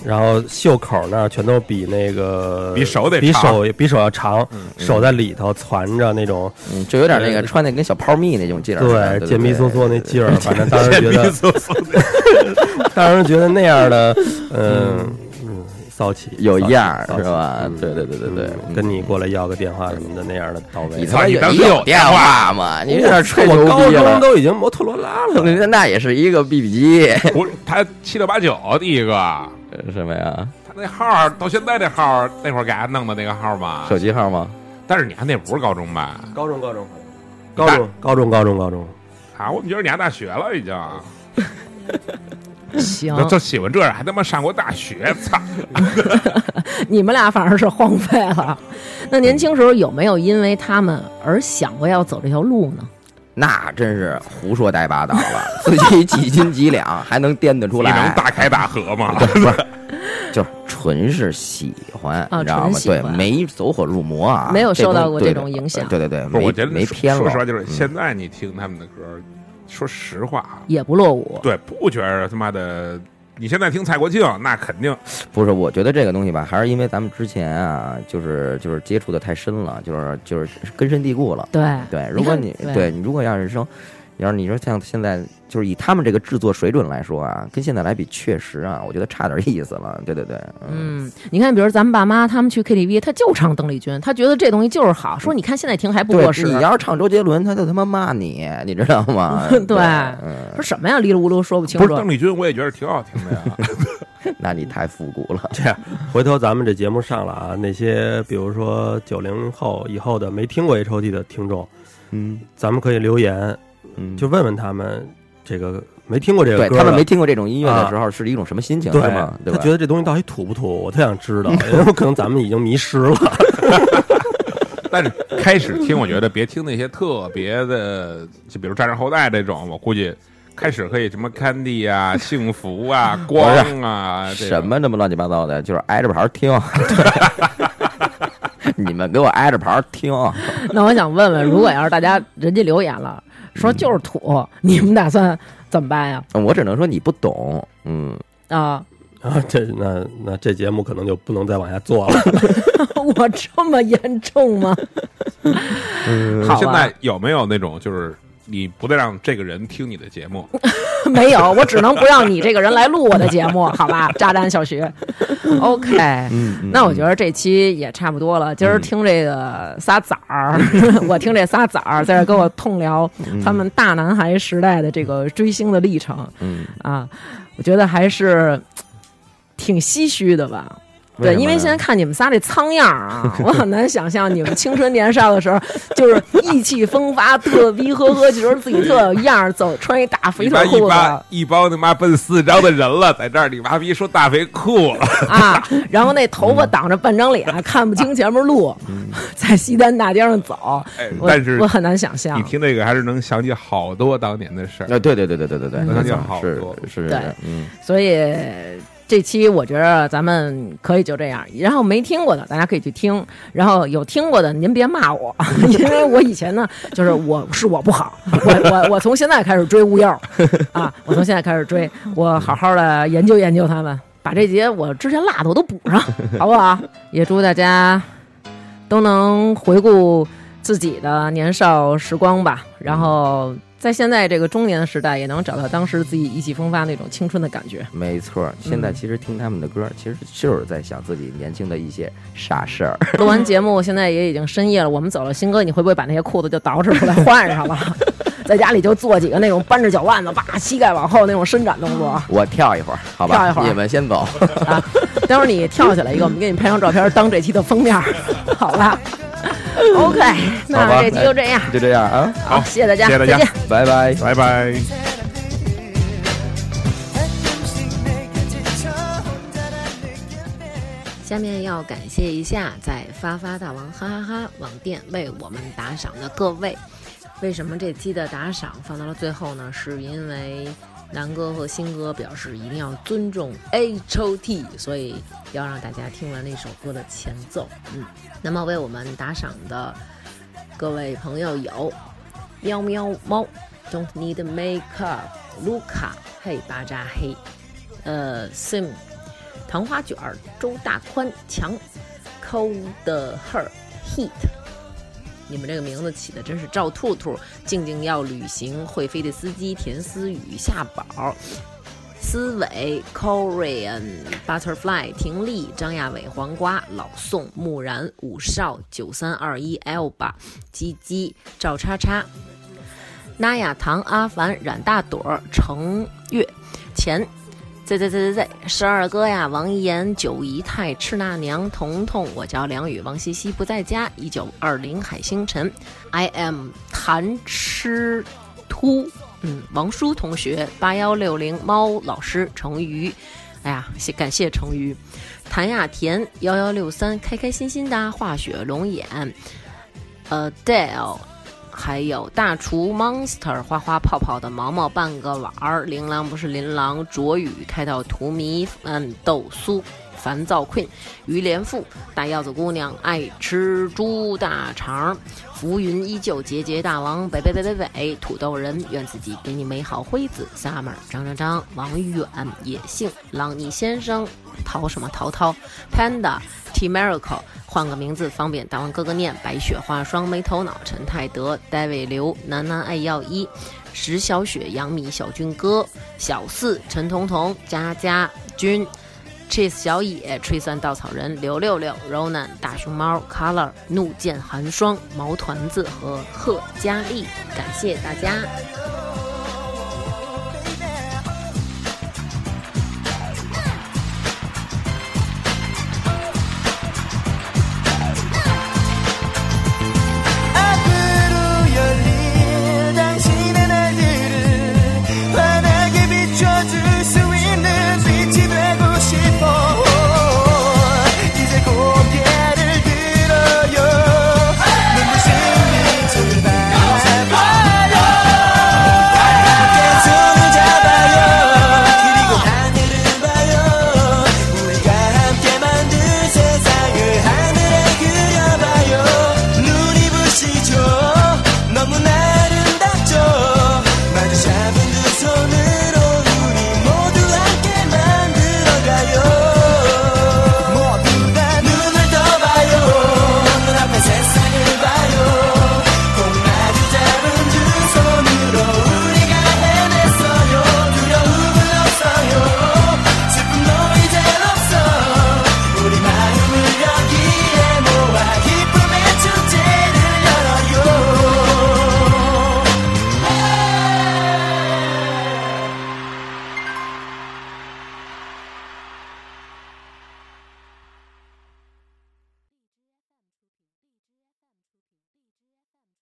Speaker 4: 然后袖口那儿全都比那个
Speaker 3: 比手得
Speaker 4: 比
Speaker 3: 长
Speaker 4: 手比手要长，
Speaker 3: 嗯
Speaker 4: 手在里头攒着那种
Speaker 2: 嗯就有点那个
Speaker 4: 对
Speaker 2: 穿的跟小泡蜜那种劲儿似的，对，
Speaker 4: 对贱逼嗦嗦那劲儿， 反正当时
Speaker 3: 现
Speaker 4: 觉
Speaker 3: 逼
Speaker 4: 得
Speaker 3: 死死
Speaker 4: 当时觉得那样 的，嗯嗯，骚气
Speaker 2: 有样儿
Speaker 4: 骚气
Speaker 2: 是吧
Speaker 4: 嗯
Speaker 2: 对对对对对
Speaker 4: 嗯
Speaker 2: 嗯
Speaker 4: 跟你过来要个电话什么的那样的到位
Speaker 2: 你。他妈
Speaker 3: 你
Speaker 2: 有
Speaker 3: 当
Speaker 2: 你
Speaker 3: 时有
Speaker 2: 有电话吗？你有点吹
Speaker 4: 哎我
Speaker 2: 牛
Speaker 4: 高
Speaker 2: 逼
Speaker 4: 中
Speaker 2: 了，
Speaker 4: 都已经摩托罗拉了，
Speaker 2: 那也是一个 BB 机，
Speaker 3: 不是他七六八九第一个，他
Speaker 2: 什么呀？
Speaker 3: 那号儿到现在这号儿那会儿给他弄的那个号儿嘛
Speaker 2: 手，机号吗？
Speaker 3: 但是你看那不是高中吧？
Speaker 4: 高中高中高中高中高中高中，
Speaker 3: 啊，我们觉得你上大学了已经，
Speaker 1: 行，
Speaker 3: 那就喜欢这样，还他妈上过大学，操！
Speaker 1: 你们俩反而是荒废了。 那年轻时候有没有因为他们而想过要走这条路呢？
Speaker 2: 那真是胡说带八道了，自己几斤几两还能掂得出
Speaker 3: 你
Speaker 2: 来？
Speaker 3: 能大开大合吗？
Speaker 2: 就是纯是喜欢，
Speaker 1: 啊
Speaker 2: 你知道
Speaker 1: 纯
Speaker 2: 吗？
Speaker 1: 喜
Speaker 2: 对
Speaker 1: 欢，
Speaker 2: 没走火入魔啊，
Speaker 1: 没有受
Speaker 2: 这东
Speaker 1: 到过
Speaker 2: 对
Speaker 1: 这
Speaker 2: 的
Speaker 1: 种影
Speaker 2: 呃
Speaker 1: 响
Speaker 2: 对对对，
Speaker 3: 不是，
Speaker 2: 没
Speaker 3: 我觉得
Speaker 2: 没
Speaker 3: 说
Speaker 2: 偏
Speaker 3: 说
Speaker 2: 了嗯
Speaker 3: 实。话，就是现在你听他们的歌，说实话啊，
Speaker 1: 也不落伍。
Speaker 3: 对，不觉得他妈的。你现在听蔡国庆，那肯定
Speaker 2: 不是，我觉得这个东西吧，还是因为咱们之前啊，就是就是接触的太深了，就是就是根深蒂固了。
Speaker 1: 对
Speaker 2: 对，如果你
Speaker 1: 你 看对
Speaker 2: 对你如果要是说，要是你说像现在就是以他们这个制作水准来说啊，跟现在来比，确实啊，我觉得差点意思了。对对对，嗯，
Speaker 1: 嗯，你看，比如咱们爸妈他们去 KTV，他就唱邓丽君，他觉得这东西就是
Speaker 3: 嗯
Speaker 1: 好，说你看现在听还不过
Speaker 2: 对
Speaker 1: 时。？
Speaker 2: 你要是唱周杰伦，他就他妈骂你，你知道吗
Speaker 1: 对
Speaker 2: 嗯，
Speaker 1: 说什么呀，哩哩咕噜说不清
Speaker 3: 不是
Speaker 1: 楚。
Speaker 3: 邓丽君，我也觉得挺好听的 呀。
Speaker 2: 那你太复古了。
Speaker 4: 这样，回头咱们这节目上了啊，那些比如说九零后以后的没听过 H O T 的听众，
Speaker 2: 嗯
Speaker 4: 咱们可以留言，
Speaker 2: 嗯，
Speaker 4: 就问问他们这个没听过这个
Speaker 2: 对
Speaker 4: 歌
Speaker 2: 他们
Speaker 4: 的
Speaker 2: 没听过这种音乐的时候是一种什么心情，是吗？对
Speaker 4: 他
Speaker 2: 吧？
Speaker 4: 觉得这东西到底土不土？我特 想知道，因为可能咱们已经迷失了。
Speaker 3: 但是开始听，我觉得别听那些特别的，就比如《战士后代》这种，我估计开始可以什么 Candy 啊、幸福啊、光啊，这
Speaker 2: 什
Speaker 3: 种
Speaker 2: 么那么乱七八糟的，就是挨着牌儿听。 你们给我挨着牌儿听，
Speaker 1: 那我想问问，如果要是大
Speaker 3: 嗯
Speaker 1: 家人家留言了，说就是土，你们打算怎么办呀？
Speaker 2: 我只能说你不懂，嗯，
Speaker 1: 啊、
Speaker 4: 然后这那那这节目可能就不能再往下做了。
Speaker 1: 我这么严重 吗？好
Speaker 2: 啊
Speaker 3: 呃
Speaker 1: 啊
Speaker 3: 现
Speaker 1: 吧
Speaker 3: 在，有没有那种就是你不再让这个人听你的节目？
Speaker 1: 没有，我只能不让你这个人来录我的节 目，好吧？炸弹小学，OK。
Speaker 2: 嗯，嗯
Speaker 1: 那我觉得这期也差不多了。今儿听这个仨崽 儿，我听这仨崽儿在这跟我痛聊他们大男孩时代的这个追星的历程
Speaker 2: 嗯，
Speaker 1: 啊，我觉得还是挺唏嘘的吧。对，
Speaker 2: 什么
Speaker 1: 因为
Speaker 2: 呀
Speaker 1: 现在看你们仨这苍样儿 啊，我很难想象你们青春年少的时候就是意气风发、特逼呵呵，觉得自己特有样儿，走穿一大肥
Speaker 3: 一
Speaker 1: 腿
Speaker 3: 般一
Speaker 1: 裤子。
Speaker 3: 般一帮他妈奔四张的人了，在这儿你妈逼说大肥裤了，
Speaker 1: 啊，然后那头发挡着半张脸，
Speaker 3: 嗯
Speaker 1: 看不清前面路，在西单大街上走，
Speaker 3: 哎
Speaker 1: 我
Speaker 3: 嗯但是
Speaker 1: 我很难想象
Speaker 3: 你。听这个还是能想起好多当年的事儿。
Speaker 2: 啊，对对对对对对对，
Speaker 3: 那
Speaker 2: 没
Speaker 3: 就
Speaker 2: 错
Speaker 3: 好
Speaker 2: 是
Speaker 3: 多
Speaker 2: 是是
Speaker 1: 对
Speaker 2: 是，嗯，
Speaker 1: 所以这期我觉得咱们可以就这样，然后没听过的大家可以去听，然后有听过的您别骂我， 因为我以前呢就是我是我不好，我我我从现在开始追巫妖啊，我从现在开始追，我好好的研究研究他们，把这节我之前落的我都补上，好不好？也祝大家都能回顾自己的年少时光吧，然后。在现在这个中年时代，也能找到当时自己意气风发那种青春的感 觉。
Speaker 2: 没错。现
Speaker 1: 嗯
Speaker 2: 在其实听他们的歌，其实就是在想自己年轻的一些傻事儿。
Speaker 1: 录完节目，现在也已经深夜了，我们走了。新哥，你会不会把那些裤子就捯饬出来换上 了？在家里就做几个那种扳着脚腕子，叭，膝盖往后那种伸展动 作。啊
Speaker 2: 我跳一会儿，好
Speaker 1: 跳一
Speaker 2: 吧
Speaker 1: 会，儿
Speaker 2: 你们先走。
Speaker 1: 啊，待会儿你跳起来一个，我们给你拍张照片当这期的封面儿，好 吧？OK，
Speaker 2: 好吧
Speaker 1: 那这期就这样，
Speaker 2: 就这样啊，
Speaker 1: 好，谢谢大家，
Speaker 3: 谢谢大家
Speaker 1: 再见。
Speaker 2: 拜拜。
Speaker 3: 拜拜。
Speaker 6: 下面要感谢一下在发发大王哈哈哈网店为我们打赏的各位。为什么这期的打赏放到了最后呢？是因为南哥和新哥表示一定要尊重 H O T，所以要让大家听完那首歌的前奏。嗯，那么为我们打赏的各位朋友有喵喵猫，Don't Need Makeup，卢卡，嘿巴扎嘿，呃，Sim 糖花卷儿、周大宽、强、Cold Her、Heat。你们这个名字起的真是赵兔兔、静静要旅行、会飞的司机、田思雨、夏宝、思伟、Korean、Butterfly、婷丽、张亚伟、黄瓜、老宋、木然、武少、九三二一 L 吧、鸡鸡、赵叉叉、那亚糖、阿凡、冉大朵儿、程月、钱。Z Z Z Z Z，十二哥呀，王一言、九姨太、赤那娘、彤彤，我叫梁宇，王西西不在家，一九二零海星辰，I am 谭吃秃，嗯，王叔同学，八幺六零猫老师，成瑜，哎呀，谢感谢成瑜，谭亚田幺幺六三，开开心心的化雪龙眼，呃，Dale。还有大厨 Monster 花花泡泡的毛毛半个碗儿，琳琅不是琳琅，卓宇开到荼蘼，嗯，豆酥，烦躁 Queen，于连富，大腰子姑娘爱吃猪大肠，浮云依旧，节节大王，北北北北北，土豆人，愿自己给你美好辉子，Summer，张张张，王远，野性，朗尼先生，陶什么陶陶，Panda。T Miracle，换个名字方便大王哥哥念。白雪画霜没头脑，陈泰德、David 刘、楠楠爱药医、石小雪、杨幂、小军哥、小四、陈彤彤、佳佳君。Cheese 小野、吹散稻草人、刘六六、Ronan、大熊猫、Color、怒剑寒霜、毛团子和贺佳丽，感谢大
Speaker 5: 「
Speaker 6: 家。
Speaker 5: あなたの 아,